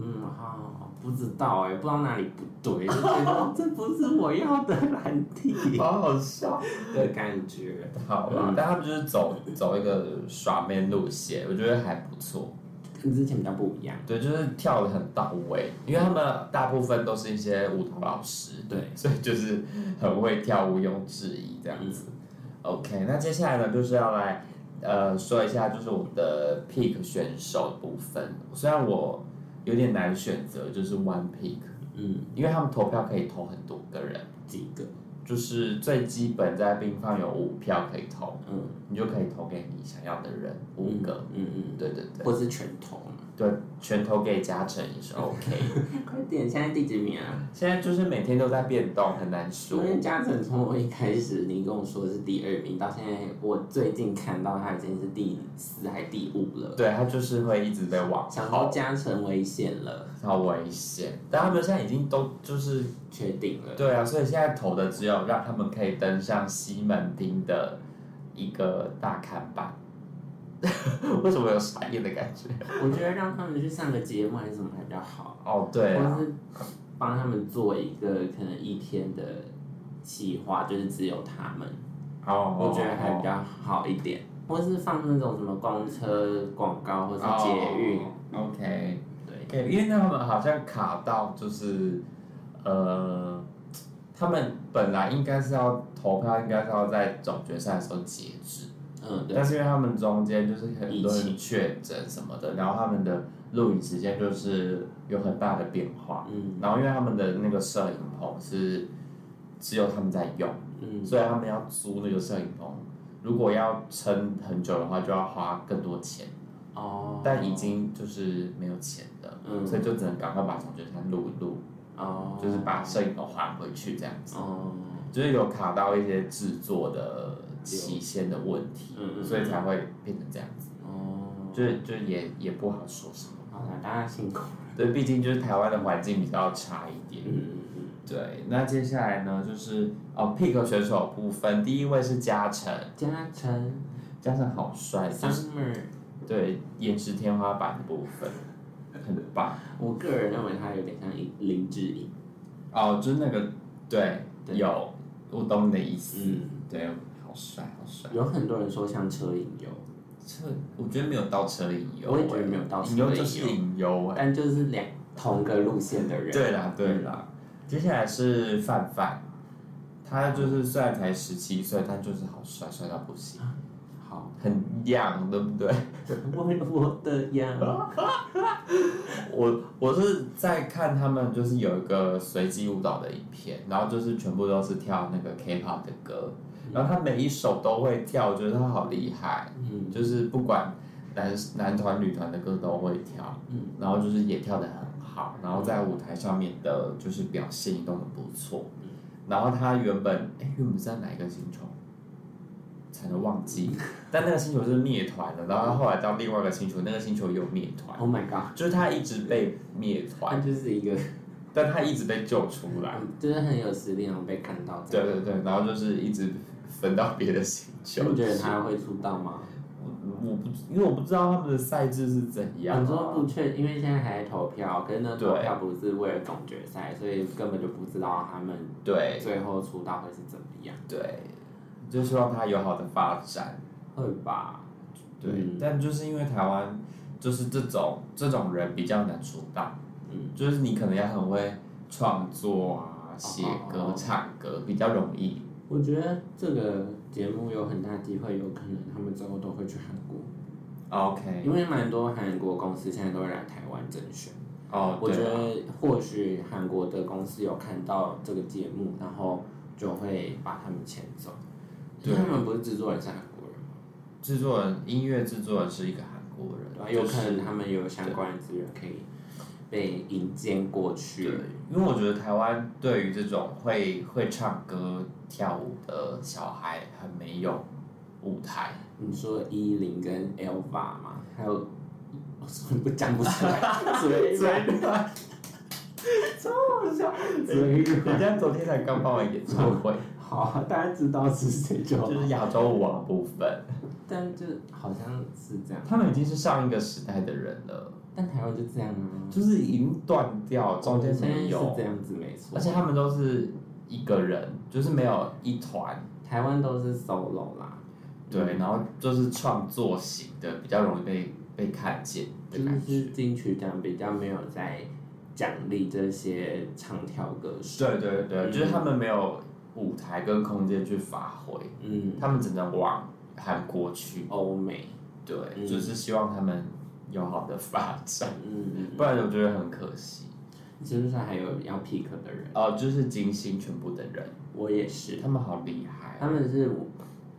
Speaker 1: 嗯，好，不知道哎、不知道哪里不 对，就觉得这不是我要的蓝地
Speaker 2: 好好笑，
Speaker 1: 的感觉，
Speaker 2: 好啦，但他们就是走走一个耍 man 路线，我觉得还不错。
Speaker 1: 跟之前比较不一样。
Speaker 2: 对，就是跳的很到位，因为他们大部分都是一些舞蹈老师，
Speaker 1: 对，
Speaker 2: 所以就是很会跳舞，毋庸置疑这样子。OK，那接下来呢，就是要来呃说一下，就是我们的 pick 选手的部分。虽然我有点难选择，就是 one pick，
Speaker 1: 嗯，
Speaker 2: 因为他们投票可以投很多个人，
Speaker 1: 几个，
Speaker 2: 就是最基本在冰放有五票可以投，
Speaker 1: 嗯，
Speaker 2: 你就可以投给你想要的人五个。
Speaker 1: 嗯嗯，
Speaker 2: 对对对
Speaker 1: 或是拳头嘛。
Speaker 2: 对，全投给嘉诚 也是 OK。
Speaker 1: 快点，现在第几名啊？
Speaker 2: 现在就是每天都在变动，很难
Speaker 1: 因
Speaker 2: 说。
Speaker 1: 为嘉诚从我一开始你跟我说是第二名，到现在我最近看到他已经是第四还第五了，
Speaker 2: 对他就是会一直被往
Speaker 1: 想
Speaker 2: 后
Speaker 1: 说，嘉诚危险了，
Speaker 2: 好危险。但他们现在已经都就是
Speaker 1: 确定了。
Speaker 2: 对啊，所以现在投的只有让他们可以登上西门町的一个大看板。 为什么有傻眼的感觉？
Speaker 1: 我觉得让他们去上个节目还是什么还比较好。
Speaker 2: 哦，对
Speaker 1: 或
Speaker 2: 啊，
Speaker 1: 是帮他们做一个可能一天的计划，就是只有他们，
Speaker 2: 哦，
Speaker 1: 我觉得还比较好一点。或是放那种什么公车广告，或是捷
Speaker 2: 哦
Speaker 1: 运，
Speaker 2: o k
Speaker 1: 对，
Speaker 2: 对，因为他们好像卡到就是，呃，他们本来应该是要投票，应该是要在总决赛的时候截止，
Speaker 1: 嗯，对，
Speaker 2: 但是因为他们中间就是很
Speaker 1: 疫
Speaker 2: 多人
Speaker 1: 情
Speaker 2: 确诊什么的，然后他们的录影时间就是有很大的变化，
Speaker 1: 嗯
Speaker 2: 然后因为他们的那个摄影棚是只有他们在用，
Speaker 1: 嗯，
Speaker 2: 所以他们要租那个摄影棚，如果要撑很久的话，就要花更多钱，
Speaker 1: 哦，
Speaker 2: 但已经就是没有钱了，
Speaker 1: 嗯
Speaker 2: 所以就只能赶快把总决赛录一录，
Speaker 1: 哦，
Speaker 2: 就是把摄影棚还回去这样子，
Speaker 1: 哦，
Speaker 2: 就是有卡到一些制作的期限的问题，
Speaker 1: 嗯嗯
Speaker 2: 所以才会变成这样子。
Speaker 1: 哦，
Speaker 2: 就是就也也不好说什么。
Speaker 1: 好啦，大家辛苦了，
Speaker 2: 对，毕竟就是台湾的环境比较差一点。
Speaker 1: 嗯嗯
Speaker 2: 对，那接下来呢，就是哦，pick 选手部分，第一位是嘉诚，
Speaker 1: 嗯，嘉诚
Speaker 2: 嘉诚好帅，就是
Speaker 1: ，Summer，
Speaker 2: 对颜值天花板的部分，很棒。
Speaker 1: 我个人认为他有点像林志颖，
Speaker 2: 哦，就是那个对，
Speaker 1: 对
Speaker 2: 有，我懂你的意思。
Speaker 1: 嗯，
Speaker 2: 对，好帅，好帅。
Speaker 1: 有很多人说像车银优，
Speaker 2: 车，我觉得没有倒车引诱，欸
Speaker 1: 我也觉得没有倒车
Speaker 2: 引诱就是引诱哎。
Speaker 1: 但就是两同个路线的人，
Speaker 2: 对啦，对啦。接下来是范范，他就是虽然才十七岁，但就是好帅，帅到不行，
Speaker 1: 好，
Speaker 2: 很 young，对不对？
Speaker 1: 我我的呀，
Speaker 2: 我我是在看他们就是有一个随机舞蹈的影片，然后就是全部都是跳那个 K-pop 的歌，然后他每一首都会跳，我觉得他好厉害，
Speaker 1: 嗯
Speaker 2: 就是不管男男团女团的歌都会跳，
Speaker 1: 嗯，
Speaker 2: 然后就是也跳得很好，然后在舞台上面的就是表现都很不错。然后他原本哎原本是在哪一个星球，才能忘 记，但那个星球是灭团了，然后他后来到另外一个星球，那个星球有灭团，
Speaker 1: ，Oh my god，
Speaker 2: 就是他一直被灭
Speaker 1: 他
Speaker 2: 团，
Speaker 1: 就是一个，
Speaker 2: 但他一直被救出来。
Speaker 1: 嗯就是很有实力，然后被看到这
Speaker 2: 对
Speaker 1: 样，
Speaker 2: 对对，然后就是一直分到别的星球去。
Speaker 1: 你觉得他会出道吗？
Speaker 2: 我不因为我不知道他们的赛制是怎样、啊
Speaker 1: 很多不确，因为现在还在投票，可是呢，
Speaker 2: 对
Speaker 1: 投票不是为了总决赛，所以根本就不知道他们
Speaker 2: 对
Speaker 1: 最后出道会是怎么样，
Speaker 2: 对，就希望他有好的发展。
Speaker 1: 会吧？
Speaker 2: 对，
Speaker 1: 嗯
Speaker 2: 但就是因为台湾就是这种这种人比较难出道，
Speaker 1: 嗯，
Speaker 2: 就是你可能要很会创作啊、写歌、
Speaker 1: 哦
Speaker 2: 唱歌比较容易。
Speaker 1: 我觉得这个节目有很大机会，有可能他们之后都会去韩国，
Speaker 2: 哦 OK，
Speaker 1: 因为蛮多韩国公司现在都会来台湾甄选。
Speaker 2: 哦，
Speaker 1: 我
Speaker 2: 对
Speaker 1: 觉
Speaker 2: 啊
Speaker 1: 得或许韩国的公司有看到这个节目，然后就会把他们签走。因
Speaker 2: 对啊
Speaker 1: 为他们不是制作人是韩国人嘛，
Speaker 2: 制作人音乐制作人是一个韩国人，
Speaker 1: 对吧？
Speaker 2: 就
Speaker 1: 有
Speaker 2: 是
Speaker 1: 可能他们有相关的资源可以被引荐过去
Speaker 2: 对。，因为我觉得台湾对于这种会会唱歌跳舞的小孩很没有舞台，
Speaker 1: 你说依林跟 Elva 嘛，还有 我怎么不讲不出来？ 嘴软， 超好笑，嘴软。
Speaker 2: 人家昨天才刚办完演唱会，
Speaker 1: 好啊，大家知道是谁就好
Speaker 2: 就。是亚洲舞王部分，
Speaker 1: 但就好像是这样，
Speaker 2: 他们已经是上一个时代的人了，
Speaker 1: 但台湾就这样啊，
Speaker 2: 就是已经断掉，中间
Speaker 1: 哦现在
Speaker 2: 没
Speaker 1: 嗯是
Speaker 2: 有
Speaker 1: 这，样子没错
Speaker 2: 而。且他们都是一个人，就是没有一团，
Speaker 1: 台湾都是 solo 啦，
Speaker 2: 对，
Speaker 1: 嗯
Speaker 2: 然后就是创作型的比较容易被被看见的感
Speaker 1: 嗯就是
Speaker 2: 觉。
Speaker 1: 金曲奖比较没有在奖励这些唱跳歌手，
Speaker 2: 对对对，就是他们没有舞台跟空间去发挥，
Speaker 1: 嗯，
Speaker 2: 他们只能往韩国去。
Speaker 1: 欧美，
Speaker 2: 对，
Speaker 1: 嗯
Speaker 2: 就是希望他们有好的发展，
Speaker 1: 嗯，
Speaker 2: 不然我觉得很可惜。
Speaker 1: 是不是还有要 pick 的人？
Speaker 2: 哦，就是金星全部的人，
Speaker 1: 我也是，
Speaker 2: 他们好厉害
Speaker 1: 他
Speaker 2: 啊，
Speaker 1: 们是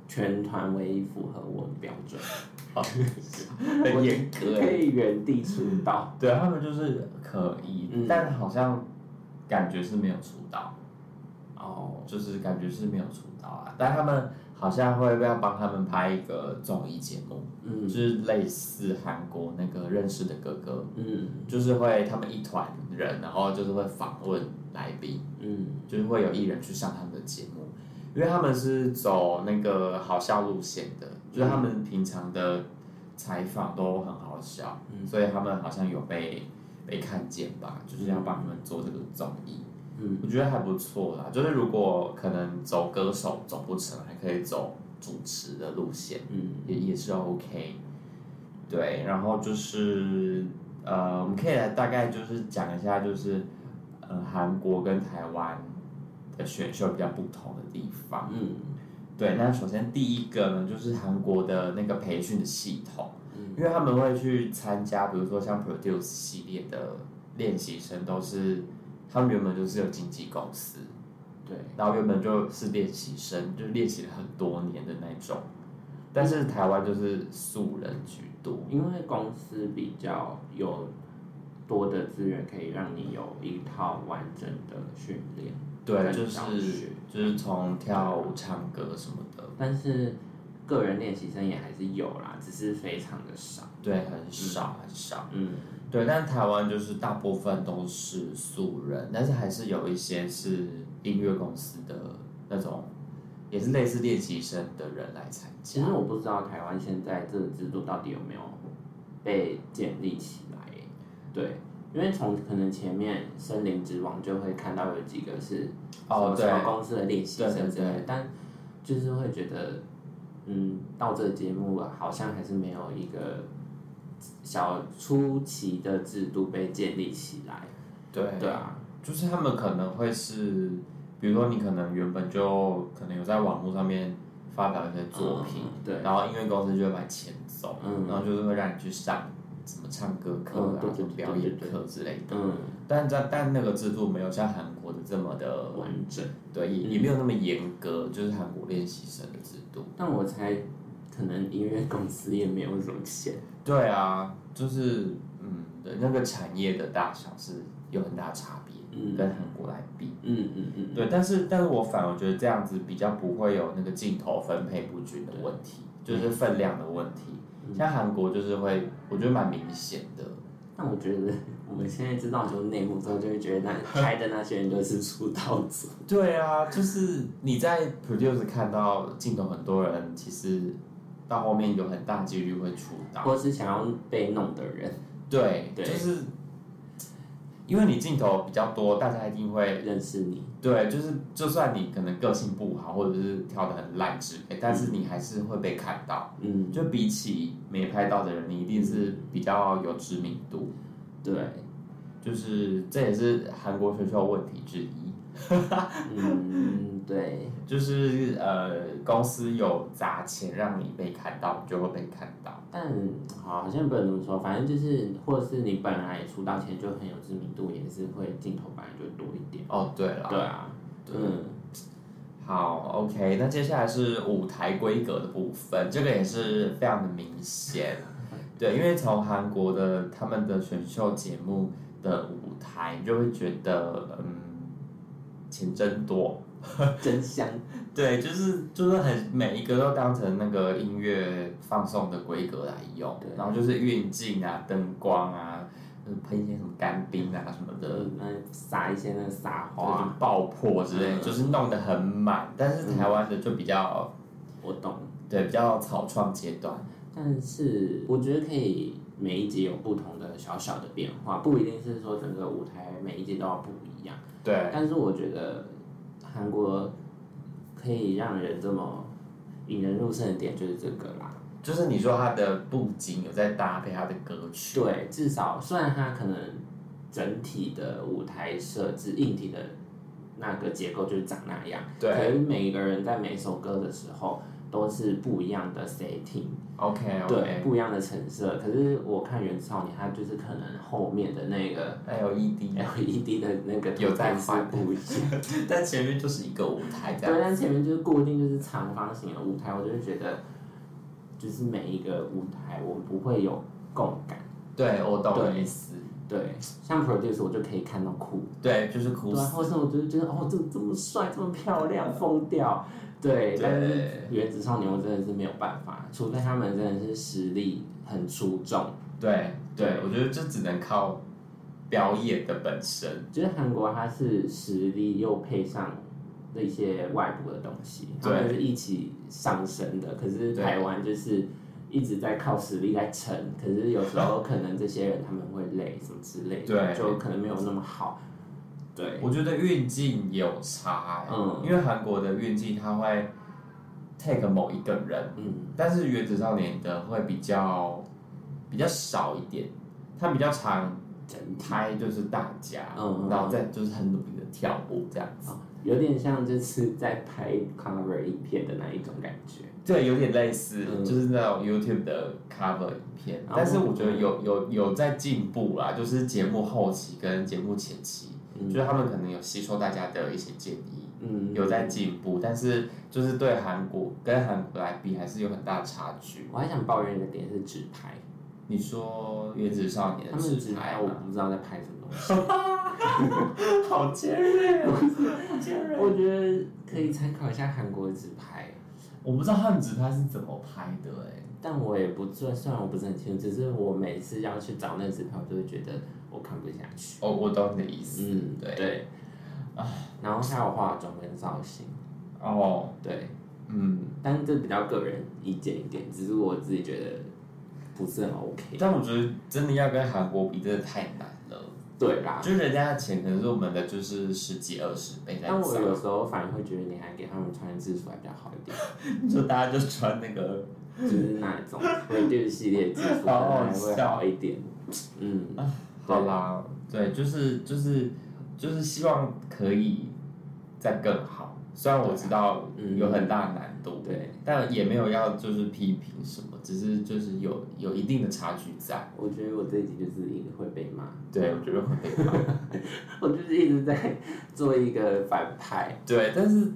Speaker 1: 全团唯一符合我的标准，
Speaker 2: 很严格
Speaker 1: 可
Speaker 2: 欸。
Speaker 1: 以原地出道。
Speaker 2: 对他们就是可以，
Speaker 1: 啊嗯
Speaker 2: 但好像感觉是没有出道。
Speaker 1: 哦，
Speaker 2: 就是感觉是没有出道啊，但他们好像会要帮他们拍一个综艺节目，就
Speaker 1: 嗯
Speaker 2: 是类似韩国那个认识的哥哥，
Speaker 1: 嗯
Speaker 2: 就是会他们一团人，然后就是会访问来宾，
Speaker 1: 嗯，
Speaker 2: 就是会有艺人去上他们的节目，因为他们是走那个好笑路线的，就是他们平常的采访都很好笑，
Speaker 1: 嗯
Speaker 2: 所以他们好像有被被看见吧，就是要帮他们做这个综艺。
Speaker 1: 嗯
Speaker 2: 我觉得还不错啦，就是如果可能走歌手走不成，还可以走主持的路线，
Speaker 1: 嗯
Speaker 2: 也也是 OK。对，然后就是呃，我们可以来大概就是讲一下，就是呃，韩国跟台湾的选秀比较不同的地方。
Speaker 1: 嗯
Speaker 2: 对，那首先第一个呢，就是韩国的那个培训的系统，
Speaker 1: 嗯
Speaker 2: 因为他们会去参加，比如说像 Produce 系列的练习生，都是他们原本就是有经纪公司，
Speaker 1: 对，
Speaker 2: 然后原本就是练习生，就练习了很多年的那种，但是台湾就是素人居多，
Speaker 1: 因为公司比较有多的资源，可以让你有一套完整的训练，
Speaker 2: 对，
Speaker 1: 很
Speaker 2: 就
Speaker 1: 少
Speaker 2: 是
Speaker 1: 学
Speaker 2: 就是从跳舞、唱歌什么的，
Speaker 1: 但是个人练习生也还是有啦，只是非常的少。
Speaker 2: 对，很少很少，
Speaker 1: 嗯
Speaker 2: 对，但台湾就是大部分都是素人，但是还是有一些是音乐公司的那种，也是类似练习生的人来参
Speaker 1: 其
Speaker 2: 加
Speaker 1: 实，我不知道台湾现在这个制度到底有没有被建立起来耶，对。因为从可能前面《森林之王》就会看到有几个是
Speaker 2: 哦，
Speaker 1: 什
Speaker 2: 对
Speaker 1: 么，小公司的练习生之类
Speaker 2: 对
Speaker 1: 的，但就是会觉得，嗯，到这个节目啊好像还是没有一个小初期的制度被建立起来。
Speaker 2: 对
Speaker 1: 对啊，
Speaker 2: 就是他们可能会是，比如说你可能原本就可能有在网络上面发表一些作品，
Speaker 1: 嗯对，
Speaker 2: 然后音乐公司就会把你签走，
Speaker 1: 嗯
Speaker 2: 然后就是会让你去上什么唱歌课啊
Speaker 1: 嗯、对对
Speaker 2: 什么
Speaker 1: 对
Speaker 2: 表
Speaker 1: 对
Speaker 2: 演
Speaker 1: 对
Speaker 2: 课之类的。
Speaker 1: 嗯，
Speaker 2: 但在但那个制度没有像韩国的这么的，
Speaker 1: 完整。
Speaker 2: 对，也
Speaker 1: 嗯
Speaker 2: 也没有那么严格，就是韩国练习生的制度。
Speaker 1: 但我猜，可能音乐公司也没有什么钱。
Speaker 2: 对啊，就是嗯，对，那个产业的大小是有很大差别，
Speaker 1: 嗯
Speaker 2: 跟韩国来比。
Speaker 1: 嗯嗯嗯，
Speaker 2: 对，但是但是我反而觉得这样子比较不会有那个镜头分配不均的问题，就是分量的问题。像韩国就是会，我觉得蛮明显的。
Speaker 1: 但我觉得我们现在知道就是内幕之后，就会觉得那开的那些人就是出道 组。
Speaker 2: 对啊，就是你在 produce 看到镜头，很多人其实到后面有很大几率会出道。
Speaker 1: 或是想要被弄的人，
Speaker 2: 对，
Speaker 1: 对
Speaker 2: 就是因为你镜头比较多，大家一定会
Speaker 1: 认识你，
Speaker 2: 对，就是就算你可能个性不好，或者是跳的很烂之类，但是你还是会被看到。
Speaker 1: 嗯，
Speaker 2: 就比起没拍到的人，你一定是比较有知名度，
Speaker 1: 对，
Speaker 2: 就是这也是韩国选秀问题之一。
Speaker 1: 嗯，对，
Speaker 2: 就是呃，公司有砸钱让你被看到，你就会被看到。
Speaker 1: 但好好像不能这么说，反正就是，或者是你本来出道前就很有知名度，也是会镜头本来就多一点。
Speaker 2: 哦，对了，
Speaker 1: 对啊，嗯，
Speaker 2: 好，OK，那接下来是舞台规格的部分，这个也是非常的明显。对，因为从韩国的他们的选秀节目的舞台，你就会觉得，嗯，钱真多。
Speaker 1: 真香。
Speaker 2: 对，就是就是很每一个都当成那个音乐放送的规格来用
Speaker 1: 对，
Speaker 2: 然后就是运镜啊、灯光啊，呃喷一些什么干冰啊什么的，
Speaker 1: 呃，那撒一些那个撒
Speaker 2: 哇，
Speaker 1: 花，
Speaker 2: 爆破之类，
Speaker 1: 嗯
Speaker 2: 就是弄得很满。但是台湾的就比较，
Speaker 1: 我懂。
Speaker 2: 对，比较草创阶段。
Speaker 1: 但是我觉得可以每一集有不同的小小的变化，不一定是说整个舞台每一集都要不一样。
Speaker 2: 对，
Speaker 1: 但是我觉得韩国可以让人这么引人入胜的点就是这个啦。
Speaker 2: 就是你说它的布景有在搭配它的歌曲，
Speaker 1: 对，至少虽然它可能整体的舞台设置、硬体的那个结构就是长那样，可
Speaker 2: 对
Speaker 1: 是每个人在每首歌的时候都是不一样的 setting。
Speaker 2: ，OK
Speaker 1: 对，
Speaker 2: OK，
Speaker 1: 不一样的成色。可是我看袁少年，他就是可能后面的那个
Speaker 2: LED，
Speaker 1: LED 的那个
Speaker 2: 有在
Speaker 1: 画不一样。
Speaker 2: 但前面就是一个舞台这
Speaker 1: 对，
Speaker 2: 样，
Speaker 1: 但前面就是固定就是长方形的舞台，我就会觉得，就是每一个舞台我不会有共感。
Speaker 2: 对我懂
Speaker 1: 对
Speaker 2: 你意思，
Speaker 1: 对，像 produce 我就可以看到哭，
Speaker 2: 对，就是哭
Speaker 1: 对啊，
Speaker 2: 死，
Speaker 1: 或是我就觉得哦，这这么帅，这么漂亮，疯掉。对，
Speaker 2: 对
Speaker 1: 但是原子少年我真的是没有办法，除非他们真的是实力很出众。
Speaker 2: 对对
Speaker 1: 对，
Speaker 2: 我觉得这只能靠表演的本身，
Speaker 1: 就是韩国它是实力又配上那些外部的东西，他
Speaker 2: 对
Speaker 1: 们是一起上升的。可是
Speaker 2: 对
Speaker 1: 台湾就是一直在靠实力在撑，可是有时候可能这些人他们会累什么之类的，
Speaker 2: 对
Speaker 1: 就可能没有那么好。对，
Speaker 2: 我觉得运镜有差、欸，
Speaker 1: 嗯
Speaker 2: 因为韩国的运镜它会 take 某一个人。
Speaker 1: 嗯，
Speaker 2: 但是原子少年的会比较比较少一点，他比较常
Speaker 1: 整体
Speaker 2: 拍就是大家，
Speaker 1: 嗯嗯
Speaker 2: 然后再就是很努力的跳舞这样子，
Speaker 1: 哦有点像就是在拍 cover 影片的那一种感觉。
Speaker 2: 对，有点类似，
Speaker 1: 嗯
Speaker 2: 就是那种 YouTube 的 cover 影片，
Speaker 1: 哦
Speaker 2: 但是我觉得有有有在进步啦，就是节目后期跟节目前期，
Speaker 1: 嗯
Speaker 2: 就是他们可能有吸收大家的一些建议，
Speaker 1: 嗯，
Speaker 2: 有在进步，但是就是对韩国跟韩国来比还是有很大的差距。
Speaker 1: 我还想抱怨一个点是纸牌，
Speaker 2: 你说原子少年
Speaker 1: 他们
Speaker 2: 是
Speaker 1: 纸
Speaker 2: 拍
Speaker 1: 牌我不知道在拍什么东西。
Speaker 2: 好尖锐哦！
Speaker 1: 我觉得可以参考一下韩国的纸牌，
Speaker 2: 我不知道汉子他是怎么拍的哎、
Speaker 1: 但我也不算，虽然我不是很清楚，只是我每次要去找那个纸牌，我就会觉得我看不下去。
Speaker 2: 哦，我懂你的意思。
Speaker 1: 嗯，
Speaker 2: 对
Speaker 1: 对，啊然后还有化妆跟造型，
Speaker 2: 哦，
Speaker 1: 对，
Speaker 2: 嗯，
Speaker 1: 但这比较个人意见一点，只是我自己觉得不是很 OK。
Speaker 2: 但我觉得真的要跟韩国比，真的太难了。
Speaker 1: 对啦，
Speaker 2: 就是人家的钱可能是我们的就是十几二十倍在
Speaker 1: 但我有
Speaker 2: 涨，
Speaker 1: 时候反而会觉得你还给他们穿制服还比较好一点，
Speaker 2: 就大家就穿那 个，
Speaker 1: 就是那种 reduce 系列制服可
Speaker 2: 好好
Speaker 1: 能还会
Speaker 2: 笑
Speaker 1: 好一点。嗯，
Speaker 2: 好啦，对，就是就是就是希望可以再更好。虽然我知道
Speaker 1: 嗯
Speaker 2: 有很大的难度，
Speaker 1: 对。
Speaker 2: 但也没有要就是批评什么，只是就是有有一定的差距在。
Speaker 1: 我觉得我这一集就是一个会被骂，
Speaker 2: 对，我觉得会被骂。
Speaker 1: 我就是一直在做一个反派。
Speaker 2: 对，但是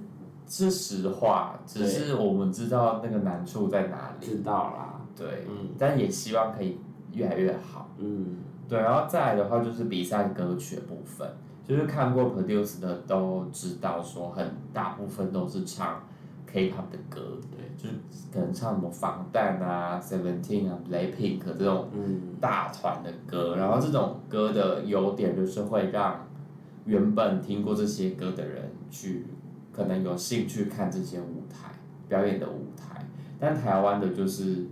Speaker 2: 是实话，只是我们知道那个难处在哪里。
Speaker 1: 知道啦，
Speaker 2: 对，
Speaker 1: 嗯
Speaker 2: 但也希望可以越来越好。
Speaker 1: 嗯，
Speaker 2: 对，然后再来的话就是比赛歌曲的部分，就是看过 produce 的都知道，说很大部分都是唱 K-pop 的歌，
Speaker 1: 对，
Speaker 2: 就是可能唱什么防弹啊、Seventeen 啊、Blackpink 这种。
Speaker 1: 嗯，
Speaker 2: 大团的歌，然后这种歌的优点就是会让原本听过这些歌的人去可能有兴趣看这些舞台表演的舞台，但台湾的就是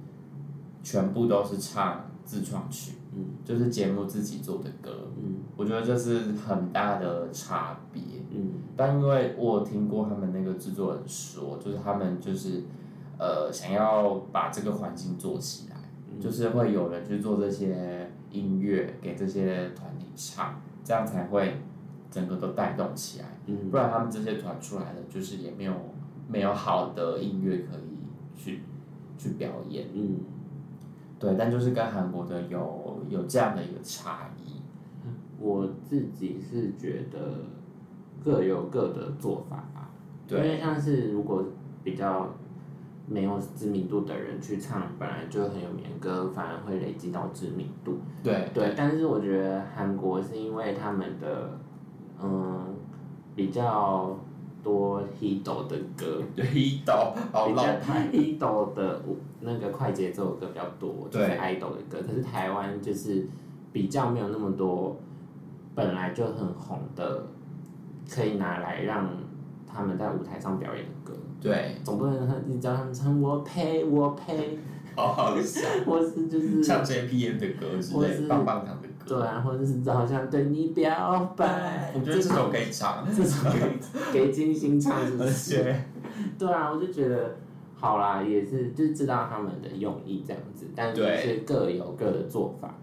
Speaker 2: 全部都是唱自创曲，
Speaker 1: 嗯，
Speaker 2: 就是节目自己做的歌，
Speaker 1: 嗯，
Speaker 2: 我觉得这是很大的差别，
Speaker 1: 嗯，
Speaker 2: 但因为我有听过他们那个制作人说，就是他们就是呃想要把这个环境做起来。
Speaker 1: 嗯
Speaker 2: 就是会有人去做这些音乐给这些团体唱，这样才会整个都带动起来，
Speaker 1: 嗯
Speaker 2: 不然他们这些团出来的就是也没有没有好的音乐可以去去表演。
Speaker 1: 嗯，
Speaker 2: 对，但就是跟韩国的有有这样的一个差异。
Speaker 1: 我自己是觉得各有各的做法吧，因
Speaker 2: 对
Speaker 1: 为像是如果比较没有知名度的人去唱本来就很有名的歌，反而会累积到知名度。
Speaker 2: 对
Speaker 1: 对，但是我觉得韩国是因为他们的嗯比较多 hit 的歌，
Speaker 2: 对，一刀好
Speaker 1: 比
Speaker 2: 老
Speaker 1: 较
Speaker 2: 派。
Speaker 1: idol 的舞那个快节奏的歌比较多，就是
Speaker 2: 对
Speaker 1: idol 的歌。可是台湾就是比较没有那么多本来就很红的，可以拿来让他们在舞台上表演的歌。
Speaker 2: 对，
Speaker 1: 总不能你叫他们唱我呸我呸，
Speaker 2: 好好笑。
Speaker 1: 或是就是
Speaker 2: 像 JPM 的歌之
Speaker 1: 我
Speaker 2: 类
Speaker 1: 是，
Speaker 2: 棒棒糖的歌。
Speaker 1: 对啊，或者是好像对你表白，
Speaker 2: 我觉得这首可以唱，
Speaker 1: 这首给给金星唱 是不
Speaker 2: 而
Speaker 1: 是？
Speaker 2: 且
Speaker 1: 对啊，我就觉得好啦，也是就是知道他们的用意这样子，但是就
Speaker 2: 对
Speaker 1: 是各有各的做法。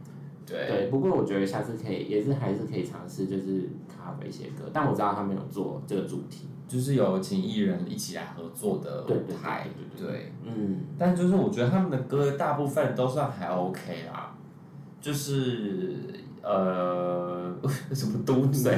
Speaker 1: 对，
Speaker 2: 对
Speaker 1: 不过我觉得下次可以，也是还是可以尝试，就是 cover 一些歌，但我知道他们有做这个主题。
Speaker 2: 就是有请艺人一起来合作的
Speaker 1: 对对
Speaker 2: 舞台，
Speaker 1: 对
Speaker 2: 对。
Speaker 1: 嗯，
Speaker 2: 但就是我觉得他们的歌大部分都算还 OK 啦，就是呃， 什么嘟 嘴，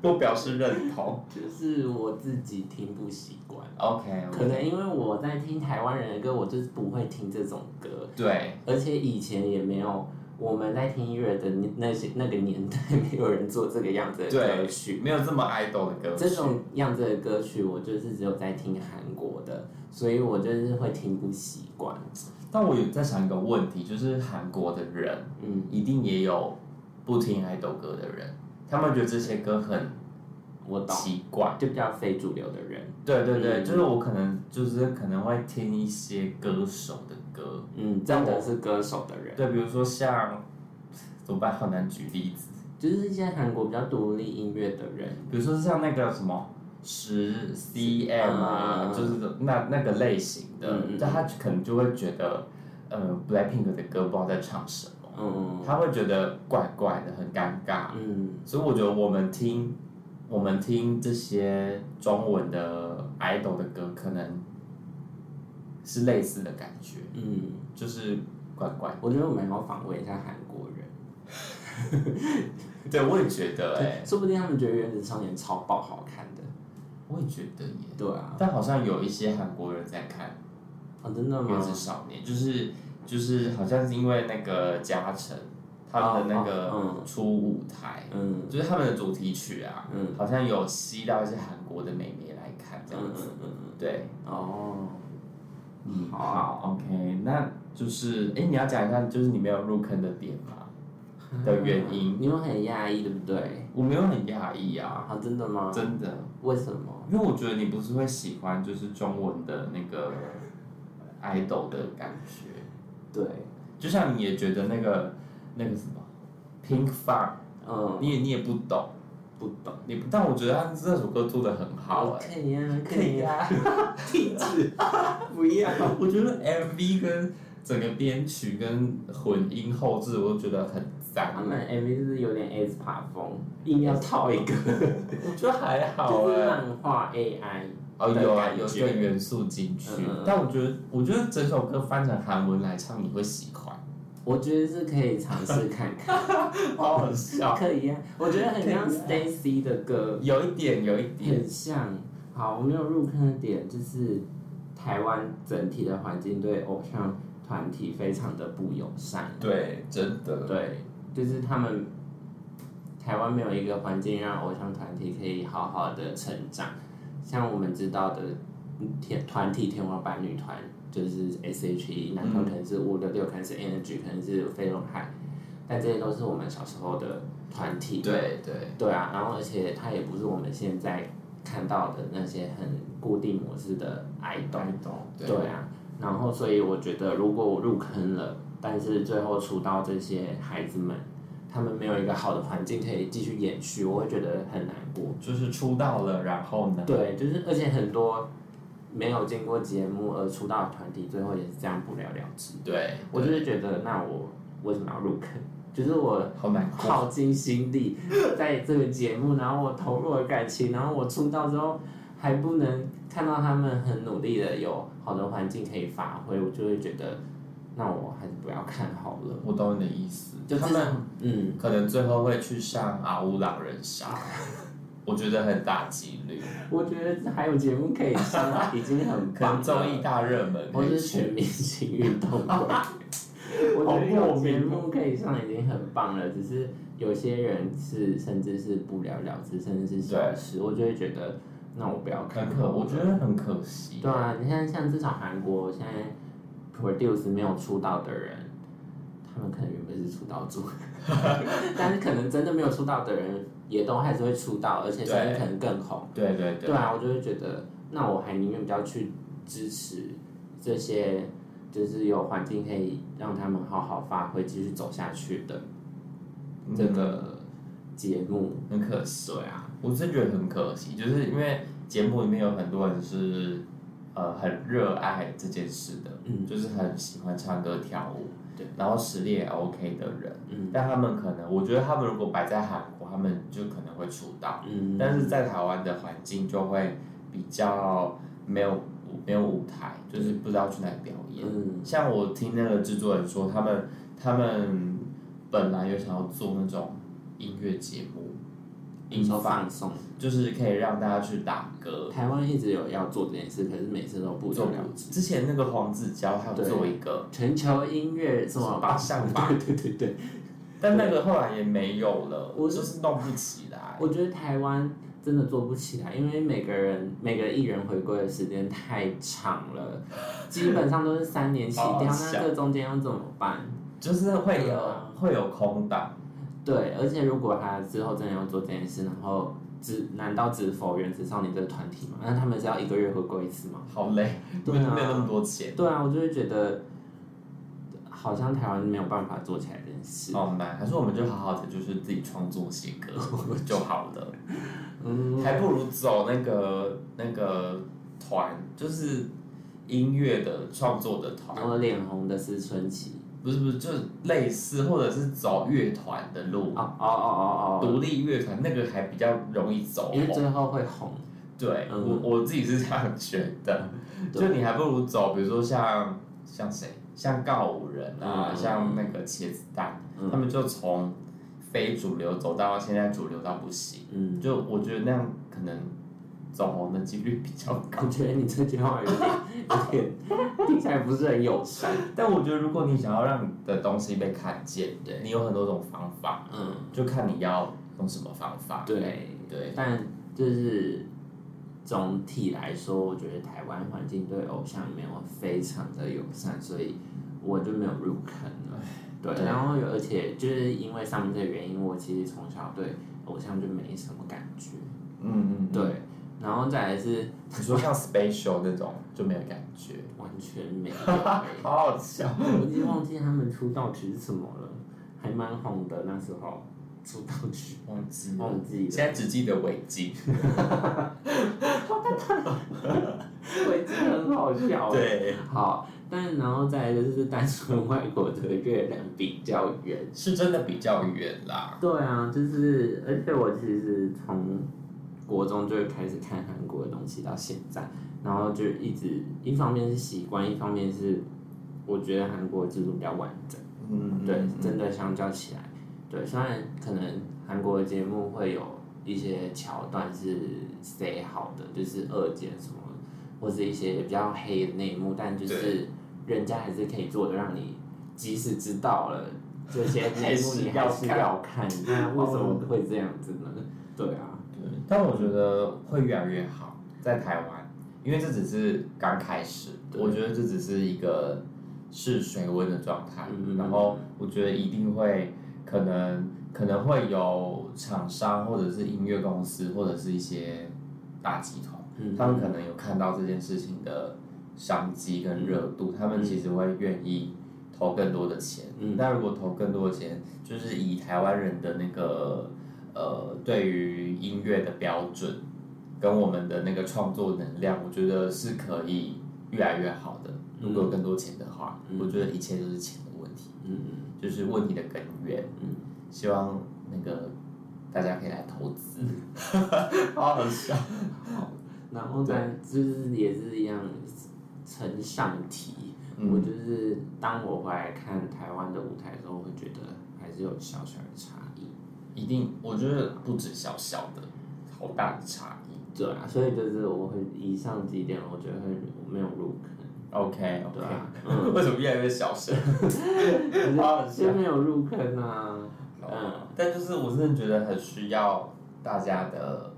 Speaker 2: 不表示认同。
Speaker 1: 就是我自己听不习惯，
Speaker 2: OK，
Speaker 1: 可能因为我在听台湾人的歌，我就是不会听这种歌，
Speaker 2: 对
Speaker 1: 而且以前也没有。我们在听音乐的那那些那个年代，没有人做这个样子的歌
Speaker 2: 对
Speaker 1: 曲，，
Speaker 2: 没有这么 idol 的歌曲，
Speaker 1: 这种样子的歌曲，我就是只有在听韩国的，所以我就是会听不习惯。
Speaker 2: 但我有在想一个问题，就是韩国的人
Speaker 1: 嗯，
Speaker 2: 一定也有不听爱豆歌的人，他们觉得这些歌很
Speaker 1: 我懂，
Speaker 2: 奇怪。
Speaker 1: 就比较非主流的人。
Speaker 2: 对对对，
Speaker 1: 嗯
Speaker 2: 就是我可能就是可能会听一些歌手的歌，
Speaker 1: 嗯，真的是歌手的人，
Speaker 2: 对，比如说像怎么办，好难举例子，
Speaker 1: 就是一些韩国比较独立音乐的人。
Speaker 2: 比如说像那个什么十 cm 啊，
Speaker 1: 嗯
Speaker 2: 就是那那个类型的
Speaker 1: 嗯嗯，嗯
Speaker 2: 但他可能就会觉得，呃，Blackpink 的歌不知道在唱什么，
Speaker 1: 嗯
Speaker 2: 他会觉得怪怪的，很尴尬。
Speaker 1: 嗯，
Speaker 2: 所以我觉得我们听我们听这些中文的 idol 的歌，可能是类似的感觉，
Speaker 1: 嗯，
Speaker 2: 就是怪怪。
Speaker 1: 我觉得我们要访问一下韩国人，
Speaker 2: 对，我也觉得哎、
Speaker 1: 说不定他们觉得《原子少年》超爆好看的。
Speaker 2: 我也觉得耶。
Speaker 1: 对啊，
Speaker 2: 但好像有一些韩国人在看
Speaker 1: 哦，真的
Speaker 2: 《
Speaker 1: 吗
Speaker 2: 原？子少
Speaker 1: 嗯
Speaker 2: 年》，就是就是好像是因为那个嘉诚他们的那
Speaker 1: 哦
Speaker 2: 个初舞台，
Speaker 1: 嗯
Speaker 2: 就是他们的主题曲啊，
Speaker 1: 嗯
Speaker 2: 好像有吸到一些韩国的美眉来看
Speaker 1: 嗯
Speaker 2: 这样
Speaker 1: 嗯
Speaker 2: 子。
Speaker 1: 嗯
Speaker 2: 对，
Speaker 1: 嗯，哦。
Speaker 2: 嗯，
Speaker 1: 好
Speaker 2: 好，OK，那就是，哎、你要讲一下，就是你没有入坑的点 吗？的原因，
Speaker 1: 你们很压抑，对不对？
Speaker 2: 我没有很讶异啊，
Speaker 1: 啊，真的吗？
Speaker 2: 真的，
Speaker 1: 为什么？
Speaker 2: 因为我觉得你不是会喜欢就是中文的那个 idol 的感觉，
Speaker 1: 对，
Speaker 2: 就像你也觉得那个那个什么 Pink Fun，
Speaker 1: 嗯，
Speaker 2: 你也你也不懂，
Speaker 1: 不懂。
Speaker 2: 你不，但我觉得他这首歌做的很好、哎，
Speaker 1: 可以呀，呀，
Speaker 2: 啊，
Speaker 1: 不要。
Speaker 2: 我觉得 MV 跟整个编曲跟混音后置，我都觉得很赞
Speaker 1: 他。们 MV 就是有点 S 爬风，硬要套一个，
Speaker 2: 我觉得还 好
Speaker 1: 就是
Speaker 2: 哎、
Speaker 1: 漫画 AI。
Speaker 2: 哦，有啊，
Speaker 1: 感
Speaker 2: 有这
Speaker 1: 觉
Speaker 2: 个元素进去，
Speaker 1: 嗯嗯
Speaker 2: 但我觉得，我觉得整首歌翻成韩文来唱，你会喜欢，
Speaker 1: 我觉得是可以尝试看看，
Speaker 2: 好好啊笑，
Speaker 1: 可以呀、啊我觉得很像 Stacy 的歌，
Speaker 2: 有一点，有一点，
Speaker 1: 很像。好，我没有入坑的点就是台湾整体的环境对偶像团体非常的不友善。
Speaker 2: 对，真的，
Speaker 1: 对，就是他们台湾没有一个环境让偶像团体可以好好的成长。像我们知道的嗯天团体天花板女团就是 S.H.E，男团可能是五六六，可能是 Energy，可能是飞轮海，但这些都是我们小时候的团体。
Speaker 2: 对对
Speaker 1: 对啊，然后而且它也不是我们现在看到的那些很固定模式的 idol。
Speaker 2: 懂，对，
Speaker 1: 对啊，然后所以我觉得，如果我入坑了，但是最后出道这些孩子们，他们没有一个好的环境可以继续延续，我会觉得很难过。
Speaker 2: 就是出道了，然后呢，
Speaker 1: 对，就是而且很多没有经过节目而出道的团体，最后也是这样不了了之。
Speaker 2: 对，
Speaker 1: 我就是觉得，那我为什么要入坑？就是我
Speaker 2: 好难过。
Speaker 1: 耗尽心力在这个节目，然后我投入了感情，然后我出道之后还不能看到他们很努力的有好的环境可以发挥，我就会觉得，那我还是不要看好了。
Speaker 2: 我懂你的意思，
Speaker 1: 就
Speaker 2: 他
Speaker 1: 至
Speaker 2: 们
Speaker 1: 嗯，
Speaker 2: 可能最后会去上阿乌狼人杀， 我觉得很大几 率，
Speaker 1: 我觉得还有节目可以上，已经很
Speaker 2: 可
Speaker 1: 棒
Speaker 2: 能
Speaker 1: 了。
Speaker 2: 综艺大热门。
Speaker 1: 我是全明星运动会， 我觉得有节目可以上已经很棒了。只是有些人是甚至是不了了之，甚至是小事，我就会觉得那我不要看
Speaker 2: 很
Speaker 1: 好
Speaker 2: 可，
Speaker 1: 了。
Speaker 2: 我觉得很可惜。
Speaker 1: 对啊，你看像至少韩国现在 produce 没有出道的人，他们可能原本是出道组， 但是可能真的没有出道的人也都还是会出道，而且甚至可能更红。
Speaker 2: 对对对，
Speaker 1: 对啊，我就会觉得，那我还宁愿比较去支持这些，就是有环境可以让他们好好发挥、继续走下去的这个节目。
Speaker 2: 很可惜啊，我是觉得很可惜，就是因为节目里面有很多人是呃很热爱这件事的，
Speaker 1: 嗯
Speaker 2: 就是很喜欢唱歌跳舞，
Speaker 1: 对，
Speaker 2: 然后实力也 OK 的人，
Speaker 1: 嗯
Speaker 2: 但他们可能，我觉得他们如果摆在韩国，他们就可能会出道，
Speaker 1: 嗯，
Speaker 2: 但是在台湾的环境就会比较没有没有舞台，就是不知道去哪里表演。
Speaker 1: 嗯
Speaker 2: 像我听那个制作人说，他们他们本来有想要做那种音乐节目，
Speaker 1: 你
Speaker 2: 音
Speaker 1: 说
Speaker 2: 放
Speaker 1: 放松，
Speaker 2: 就是可以让大家去打歌，
Speaker 1: 台湾一直有要做这件事，可是每次都不
Speaker 2: 做
Speaker 1: 了了之。
Speaker 2: 之前那个黄子佼他有
Speaker 1: 对
Speaker 2: 做一个，
Speaker 1: 全球音乐什么榜
Speaker 2: 上榜
Speaker 1: 对对对对，
Speaker 2: 但那个后来也没有了，
Speaker 1: 我
Speaker 2: 就是弄不起来。
Speaker 1: 我觉得台湾真的做不起来，因为每个人每个艺人回归的时间太长了，基本上都是三年起
Speaker 2: 好
Speaker 1: 跳，
Speaker 2: 好
Speaker 1: 那
Speaker 2: 笑
Speaker 1: 这中间要怎么办？
Speaker 2: 就是会
Speaker 1: 对
Speaker 2: 有、
Speaker 1: 啊
Speaker 2: 会有空档，
Speaker 1: 对，而且如果他之后真的要做这件事，然后只难道只否原子少年这个团体吗？那他们是要一个月回归一次吗？
Speaker 2: 好累，
Speaker 1: 对
Speaker 2: 没有那
Speaker 1: 啊，
Speaker 2: 么多钱，
Speaker 1: 对啊，我就会觉得好像台湾没有办法做起来这件事。
Speaker 2: 好难。还是我们就好好的就是自己创作写 歌就好了，
Speaker 1: 嗯，
Speaker 2: 还不如走那个那个团，就是音乐的创作的团
Speaker 1: 然，后脸红的是春琪，
Speaker 2: 不是不是，就是类似或者是走乐团的路，
Speaker 1: 哦哦哦哦
Speaker 2: 独立乐团那个还比较容易走
Speaker 1: 哦，因为
Speaker 2: 红。
Speaker 1: 最后会红。
Speaker 2: 对，
Speaker 1: 嗯
Speaker 2: 我我自己是这样觉得，
Speaker 1: 对
Speaker 2: 就你还不如走，比如说像像谁，像告五人啊，
Speaker 1: 嗯
Speaker 2: 像那个茄子蛋。他
Speaker 1: 嗯
Speaker 2: 们就从非主流走到现在主流到不行，
Speaker 1: 嗯，
Speaker 2: 就我觉得那样可能走红的几率比较高
Speaker 1: 我。觉得你这句话有点有点听起来不是很友善。
Speaker 2: 但我觉得如果你想要让你的东西被看见，
Speaker 1: 对
Speaker 2: 你有很多种方法，
Speaker 1: 嗯，
Speaker 2: 就看你要用什么方法。
Speaker 1: 对，
Speaker 2: 对，
Speaker 1: 但就是总体来说，我觉得台湾环境对偶像没有非常的友善，所以我就没有入坑了。对，
Speaker 2: 对
Speaker 1: 然后有而且就是因为上面这个原因，我其实从小对偶像就没什么感觉。
Speaker 2: 嗯嗯，嗯，
Speaker 1: 对，然后再来是
Speaker 2: 你说像 special 那种就没有感觉，
Speaker 1: 完全没 有欸、
Speaker 2: 好好笑。
Speaker 1: 我已经忘记他们出道曲是什么了，还蛮红的那时候出道曲，
Speaker 2: 忘记了，
Speaker 1: 忘记
Speaker 2: 现在只记得围巾。
Speaker 1: 了，我真的很好笑。，
Speaker 2: 对，
Speaker 1: 好，但然后再来就是单纯外国的月亮比较圆。
Speaker 2: 是真的比较远啦。
Speaker 1: 对啊，就是而且我其实从国中就开始看韩国的东西到现在，然后就一直一方面是习惯，一方面是我觉得韩国的制度比较完整。
Speaker 2: 嗯，
Speaker 1: 对
Speaker 2: 嗯，
Speaker 1: 真的相较起来，对，虽然可能韩国的节目会有一些桥段是 say 好的，就是二姐什么，或是一些比较黑的内幕，但就是人家还是可以做的，让你即使知道了这 些内
Speaker 2: 还
Speaker 1: 幕，
Speaker 2: 是
Speaker 1: 你还
Speaker 2: 要
Speaker 1: 是
Speaker 2: 看啊
Speaker 1: 要 看。那为什么会这样子呢？对啊，
Speaker 2: 对，但我觉得会越来越好，在台湾，因为这只是刚开始，
Speaker 1: 对
Speaker 2: 我觉得这只是一个试水温的状态，
Speaker 1: 嗯嗯嗯
Speaker 2: 然后我觉得一定会可能可能会有厂商或者是音乐公司或者是一些大集团，
Speaker 1: 嗯，
Speaker 2: 他们可能有看到这件事情的商机跟热度，他们其实会愿意投更多的钱。
Speaker 1: 嗯
Speaker 2: 那如果投更多的钱，就是以台湾人的那个呃对于音乐的标准跟我们的那个创作能量，我觉得是可以越来越好的。如果有更多钱的话，
Speaker 1: 嗯
Speaker 2: 我觉得一切都是钱的问问题，
Speaker 1: 嗯
Speaker 2: 就是问题的根源。
Speaker 1: 嗯，
Speaker 2: 希望那个大家可以来投资，
Speaker 1: 嗯
Speaker 2: 好好笑。
Speaker 1: 然后呢，就是也是一样呈上题。我
Speaker 2: 嗯，
Speaker 1: 就是当我回来看台湾的舞台的时候，会觉得还是有小小的差异。
Speaker 2: 一定，我觉得不止小小的，好大的差异。
Speaker 1: 对啊，所以就是我会以上几点，我觉得会没有入坑，
Speaker 2: OK
Speaker 1: 对
Speaker 2: OK，、
Speaker 1: 啊，
Speaker 2: 为什么越来越小声？好好
Speaker 1: 嗯，
Speaker 2: 笑
Speaker 1: 是没有入坑啊。
Speaker 2: 嗯，但就是我真的觉得很需要大家的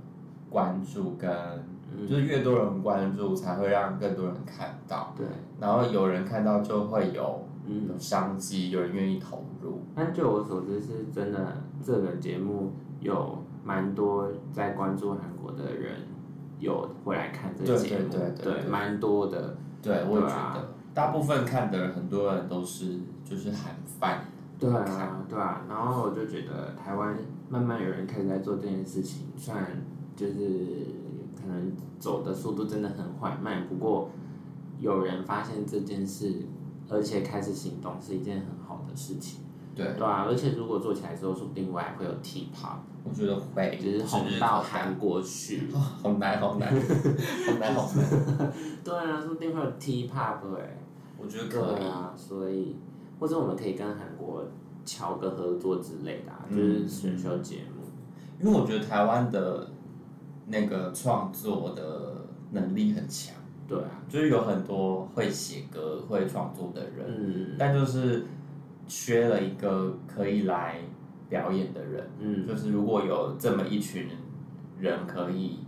Speaker 2: 关注跟，
Speaker 1: 嗯
Speaker 2: 就是越多人关注，才会让更多人看到，
Speaker 1: 对，
Speaker 2: 然后有人看到就会有
Speaker 1: 嗯，
Speaker 2: 有商机，有人愿意投入。
Speaker 1: 但据我所知，是真的这个节目有蛮多在关注韩国的人有回来看这个
Speaker 2: 对
Speaker 1: 节目，
Speaker 2: 对对对对
Speaker 1: 蛮多的，
Speaker 2: 对，我也觉
Speaker 1: 对
Speaker 2: 得、
Speaker 1: 啊
Speaker 2: 大部分看的人，很多人都是就是韩饭，
Speaker 1: 对
Speaker 2: 看
Speaker 1: 啊，对啊。然后我就觉得台湾慢慢有人开始在做这件事情，虽然就是可能走的速度真的很缓慢，不过有人发现这件事，而且开始行动是一件很好的事情，
Speaker 2: 对，
Speaker 1: 对啊。而且如果做起来之后，说不定未来会有 T pop。
Speaker 2: 我觉得会
Speaker 1: 就是
Speaker 2: 指
Speaker 1: 红
Speaker 2: 日
Speaker 1: 到
Speaker 2: 可待
Speaker 1: 韩国去。
Speaker 2: 哦 好难好难好难好难，
Speaker 1: 对啊，说不定会有 T pop 哎、
Speaker 2: 我觉得
Speaker 1: 对
Speaker 2: 可以。
Speaker 1: 啊，所以或者我们可以跟韩国敲个合作之类的、啊，
Speaker 2: 嗯
Speaker 1: 就是选秀节目。
Speaker 2: 因为我觉得台湾的那个创作的能力很强，
Speaker 1: 对啊，
Speaker 2: 就是有很多会写歌、会创作的人，
Speaker 1: 嗯
Speaker 2: 但就是缺了一个可以来表演的人。
Speaker 1: 嗯，
Speaker 2: 就是如果有这么一群人可以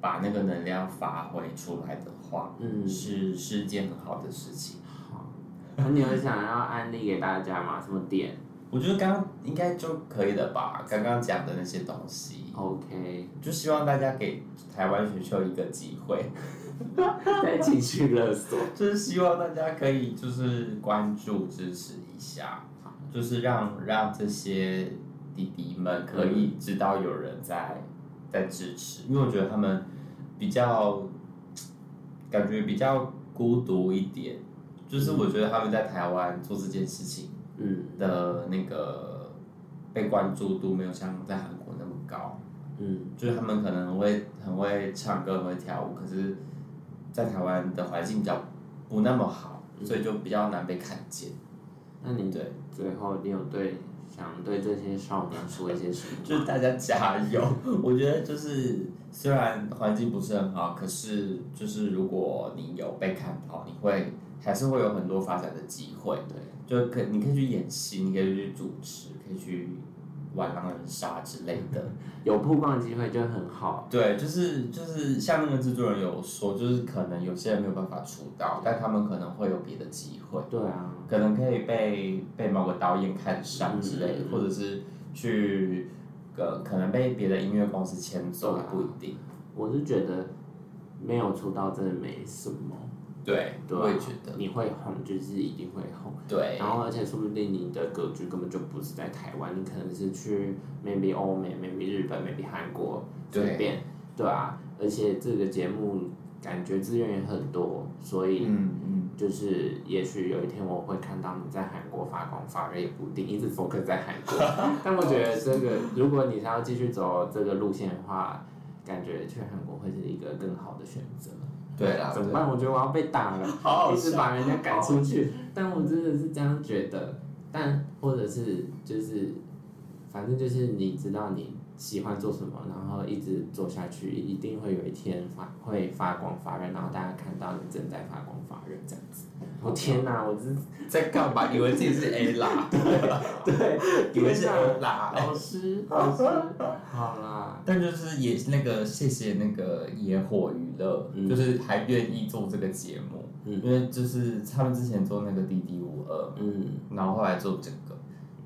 Speaker 2: 把那个能量发挥出来的话，
Speaker 1: 嗯
Speaker 2: 是是一件很好的事情。
Speaker 1: 好。那你有想要安利给大家吗？什么点
Speaker 2: 我觉得刚刚应该就可以了吧，刚刚讲的那些东西，
Speaker 1: ？OK，
Speaker 2: 就希望大家给台湾选秀一个机会。
Speaker 1: 再继续勒索。
Speaker 2: 就是希望大家可以就是关注支持一下，就是让让这些弟弟们可以知道有人在在支持，因为我觉得他们比较感觉比较孤独一点，就是我觉得他们在台湾做这件事情
Speaker 1: 嗯
Speaker 2: 的那个被关注度没有像在韩国那么高，
Speaker 1: 嗯
Speaker 2: 就是他们可能会很会唱歌、很会跳舞，可是，在台湾的环境比较不那么好，所以就比较难被看见。
Speaker 1: 那你
Speaker 2: 对，
Speaker 1: 最后你有对想对这些少年说一些什么吗？
Speaker 2: 就是大家加油！我觉得就是虽然环境不是很好，可是就是如果你有被看到，你会还是会有很多发展的机会。
Speaker 1: 对，
Speaker 2: 就可你可以去演戏，你可以去主持，可以去玩狼人杀之类的。
Speaker 1: 有曝光的机会就很好。
Speaker 2: 对，就是就是像那个制作人有说，就是可能有些人没有办法出道，但他们可能会有别的机会，
Speaker 1: 对啊，
Speaker 2: 可能可以被被某个导演看上之类的，
Speaker 1: 嗯
Speaker 2: 或者是去呃可能被别的音乐公司签走，
Speaker 1: 对
Speaker 2: 也
Speaker 1: 啊
Speaker 2: 不一定。
Speaker 1: 我是觉得没有出道真的没什么，
Speaker 2: 对，
Speaker 1: 对、啊，
Speaker 2: 我也觉得，
Speaker 1: 你会红就是一定会红，
Speaker 2: 对
Speaker 1: 然后而且说不定你的格局根本就不是在台湾，你可能是去 maybe 欧美，maybe 日本，maybe 韩国，
Speaker 2: 对
Speaker 1: 随便，对啊，而且这个节目感觉资源也很多，所以。
Speaker 2: 嗯嗯，
Speaker 1: 就是，也许有一天我会看到你在韩国发光发热，也不一定一直 focus 在韩 国。但我觉得这个，如果你想要继续走这个路线的话，感觉去韩国会是一个更好的选择。
Speaker 2: 对啦，
Speaker 1: 怎么
Speaker 2: 对
Speaker 1: 办？我觉得我要被打了，
Speaker 2: 好好
Speaker 1: 一直
Speaker 2: 笑
Speaker 1: 把人家赶出去。但我真的是这样觉得，但或者是就是，反正就是你知道你喜欢做什么，然后一直做下去，一定会有一天发会发光发热，然后大家看到你正在发光发热这样子。我、天哪，我真是
Speaker 2: 在干嘛？以为自己是 A 啦，
Speaker 1: 啊对，
Speaker 2: 以为是
Speaker 1: 天哪
Speaker 2: A 啦，
Speaker 1: 老师，老师，好啦，
Speaker 2: 但就是也那个谢谢那个野火娱乐，
Speaker 1: 嗯
Speaker 2: 就是还愿意做这个节目，
Speaker 1: 嗯
Speaker 2: 因为就是他们之前做那个滴滴五二，
Speaker 1: 嗯
Speaker 2: 然后后来做这个，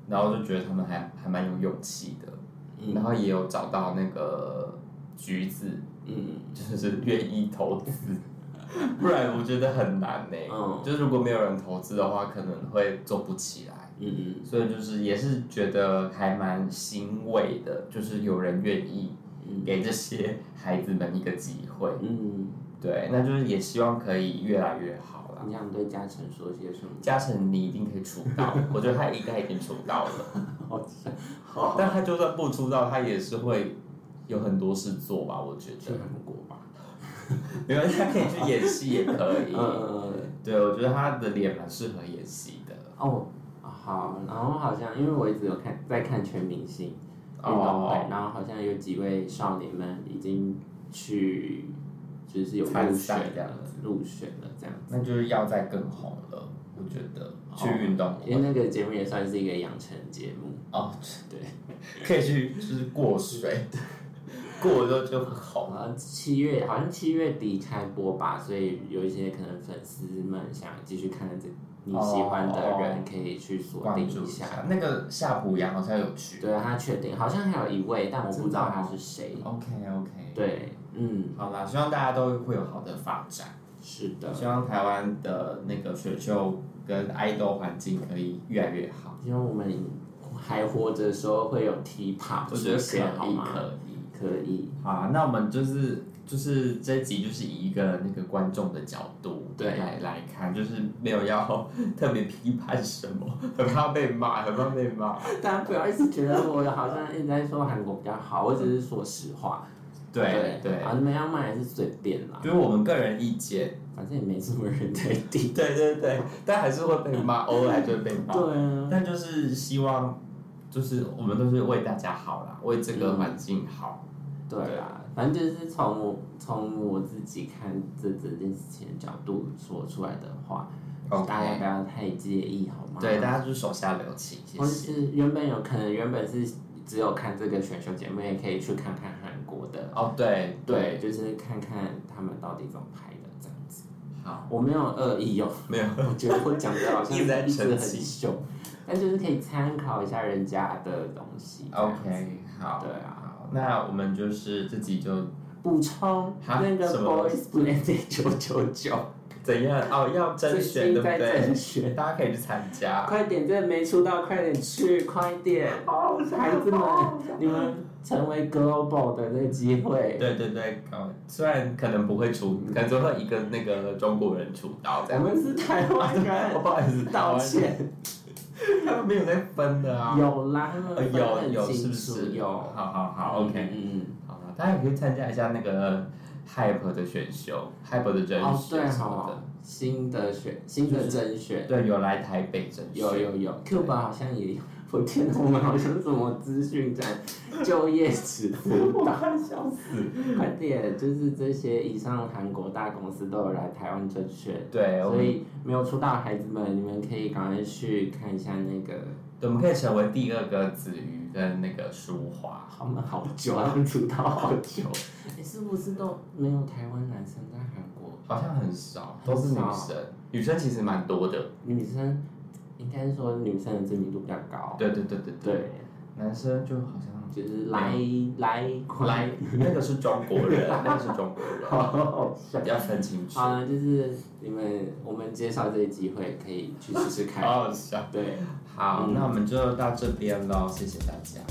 Speaker 2: 然后就觉得他们还还蛮有勇气的，
Speaker 1: 嗯
Speaker 2: 然后也有找到那个橘子，
Speaker 1: 嗯
Speaker 2: 就是愿意投资，不然我觉得很难呢、
Speaker 1: 嗯
Speaker 2: 就是如果没有人投资的话，可能会做不起来。
Speaker 1: 嗯
Speaker 2: 所以就是也是觉得还蛮欣慰的，就是有人愿意给这些孩子们一个机会。
Speaker 1: 嗯嗯，
Speaker 2: 对，那就是也希望可以越来越好啦。啦。
Speaker 1: 你想对嘉诚说些什么？
Speaker 2: 嘉诚你一定可以出道， 我觉得他应该已经出道了。
Speaker 1: 好，
Speaker 2: 但他就算不出道，他也是会有很多事做吧？我觉
Speaker 1: 去
Speaker 2: 得
Speaker 1: 韩国吧。
Speaker 2: 没关系，他可以去演戏也可 以
Speaker 1: 嗯。嗯嗯
Speaker 2: 对，我觉得他的脸蛮适合演戏的。
Speaker 1: 哦，好，然后好像因为我一直有看在看全明星运动会
Speaker 2: 哦，，
Speaker 1: 然后好像有几位少年们已经去，就是有入
Speaker 2: 参赛
Speaker 1: 选
Speaker 2: 这样
Speaker 1: 了，入选了这样。
Speaker 2: 那就是要再更红了，我觉得去运动会
Speaker 1: 哦因为那个节目也算是一个养成节目，
Speaker 2: 哦，
Speaker 1: 对，
Speaker 2: 可以去就是过水， 过了之后就很红啊了。
Speaker 1: 呃，七月好像七月底开播吧，所以有一些可能粉丝们想继续看的这你喜欢的人，可以去锁
Speaker 2: 哦关
Speaker 1: 定
Speaker 2: 注
Speaker 1: 一
Speaker 2: 一
Speaker 1: 下。
Speaker 2: 下那个夏普阳好像有去。
Speaker 1: 对他确定，好像还有一位，但我不知道他是谁。
Speaker 2: OK OK，
Speaker 1: 对，嗯，
Speaker 2: 好啦，希望大家都会有好的发展。
Speaker 1: 是的，
Speaker 2: 希望台湾的那个选秀跟爱豆环境可以越来越好。
Speaker 1: 因为我们还活着的时候会有 T pop
Speaker 2: 我觉得
Speaker 1: 出
Speaker 2: 可
Speaker 1: 现，好
Speaker 2: 以
Speaker 1: 吗？
Speaker 2: 可以。
Speaker 1: 可以，
Speaker 2: 好啊，那我们就是就是这一集就是以一个那个观众的角度
Speaker 1: 对
Speaker 2: 来来看，就是没有要特别批判什么，很怕被骂，很怕被骂。
Speaker 1: 大家不要一直觉得我好像一直在说韩国比较好，我只是说实话。
Speaker 2: 对对，
Speaker 1: 啊，你们要骂也是随便啦，
Speaker 2: 就是我们个人意见。
Speaker 1: 反正也没什么人在听。
Speaker 2: 对对对，但还是会被骂，偶尔还是会被骂。
Speaker 1: 对啊，
Speaker 2: 但就是希望，就是我们都是为大家好啦，为这个环境好。
Speaker 1: 对啊啦，反正就是从我从我自己看这整件事情的角度说出来的话，大家不要太介意好吗？
Speaker 2: 对，大家就手下留情，谢
Speaker 1: 或者嗯
Speaker 2: 谢。
Speaker 1: 哦是原本有可能原本是只有看这个选秀节目，也可以去看看韩国的，
Speaker 2: 哦，对
Speaker 1: 对，，就是看看他们到底怎么拍的这样子。
Speaker 2: 好，
Speaker 1: 我没有恶意哦，
Speaker 2: 没有，
Speaker 1: 我觉得我讲的好像
Speaker 2: 一直在
Speaker 1: 一直
Speaker 2: 澄
Speaker 1: 很
Speaker 2: 清
Speaker 1: 凶，但就是可以参考一下人家的东西。这样子
Speaker 2: OK，好，
Speaker 1: 对啊
Speaker 2: 好，那我们就是自己就
Speaker 1: 补充
Speaker 2: 哈
Speaker 1: 那个
Speaker 2: 什么
Speaker 1: Boys Planet 九九九
Speaker 2: 怎样哦，要甄选对不
Speaker 1: 在甄
Speaker 2: 对？
Speaker 1: 选，
Speaker 2: 大家可以去参加。
Speaker 1: 快点，真的没出道，快点去，快点，孩子们，你们成为 Global 的那个机会。
Speaker 2: 对对对，哦，虽然可能不会出，可能只会一个那个中国人出道这
Speaker 1: 我
Speaker 2: 样。 啊
Speaker 1: 们是台湾
Speaker 2: 我
Speaker 1: 人，
Speaker 2: 不好意思，
Speaker 1: 道，歉。
Speaker 2: 他们没有在分的啊。
Speaker 1: 有啦，他们
Speaker 2: 呃
Speaker 1: 分得
Speaker 2: 有
Speaker 1: 很
Speaker 2: 有是
Speaker 1: 清
Speaker 2: 不
Speaker 1: 楚
Speaker 2: 是？
Speaker 1: 有。
Speaker 2: 好好好，OK，
Speaker 1: 嗯
Speaker 2: 好了，大家也可以参加一下那个 Hype 的选秀，Hype 的
Speaker 1: 嗯。
Speaker 2: 甄
Speaker 1: 哦，对
Speaker 2: 选什么
Speaker 1: 哈，新的选新的甄
Speaker 2: 的，
Speaker 1: 选，
Speaker 2: 对，有来台北甄选，
Speaker 1: 有有有，Q 版好像也有。我天哪，我们好像什么资讯站、就业指 辅导，笑死！快点，就是这些以上韩国大公司都有来台湾甄选，
Speaker 2: 对，我
Speaker 1: 所
Speaker 2: 们
Speaker 1: 以没有出道的孩子们，你们可以赶快去看一下那个
Speaker 2: 对我们可以成为第二个子瑜跟那个舒华。
Speaker 1: 他们好久，他们出道好久。你、是不是都没有台湾男生在韩国？
Speaker 2: 好像很少，都是女
Speaker 1: 很
Speaker 2: 生，女生其实蛮多的。
Speaker 1: 女生应该说女生的知名度比较高。
Speaker 2: 对对对对对，
Speaker 1: 对，
Speaker 2: 男生就好像
Speaker 1: 就是来来
Speaker 2: 来
Speaker 1: 来，
Speaker 2: 那个是中国 人，那个是中国人，
Speaker 1: 好好笑。
Speaker 2: 要分清楚。
Speaker 1: 好了，就是你们我们介绍这个机会，可以去试试看。
Speaker 2: 好笑。
Speaker 1: 对，
Speaker 2: 好，
Speaker 1: 嗯
Speaker 2: 那我们就到这边喽，谢谢大家。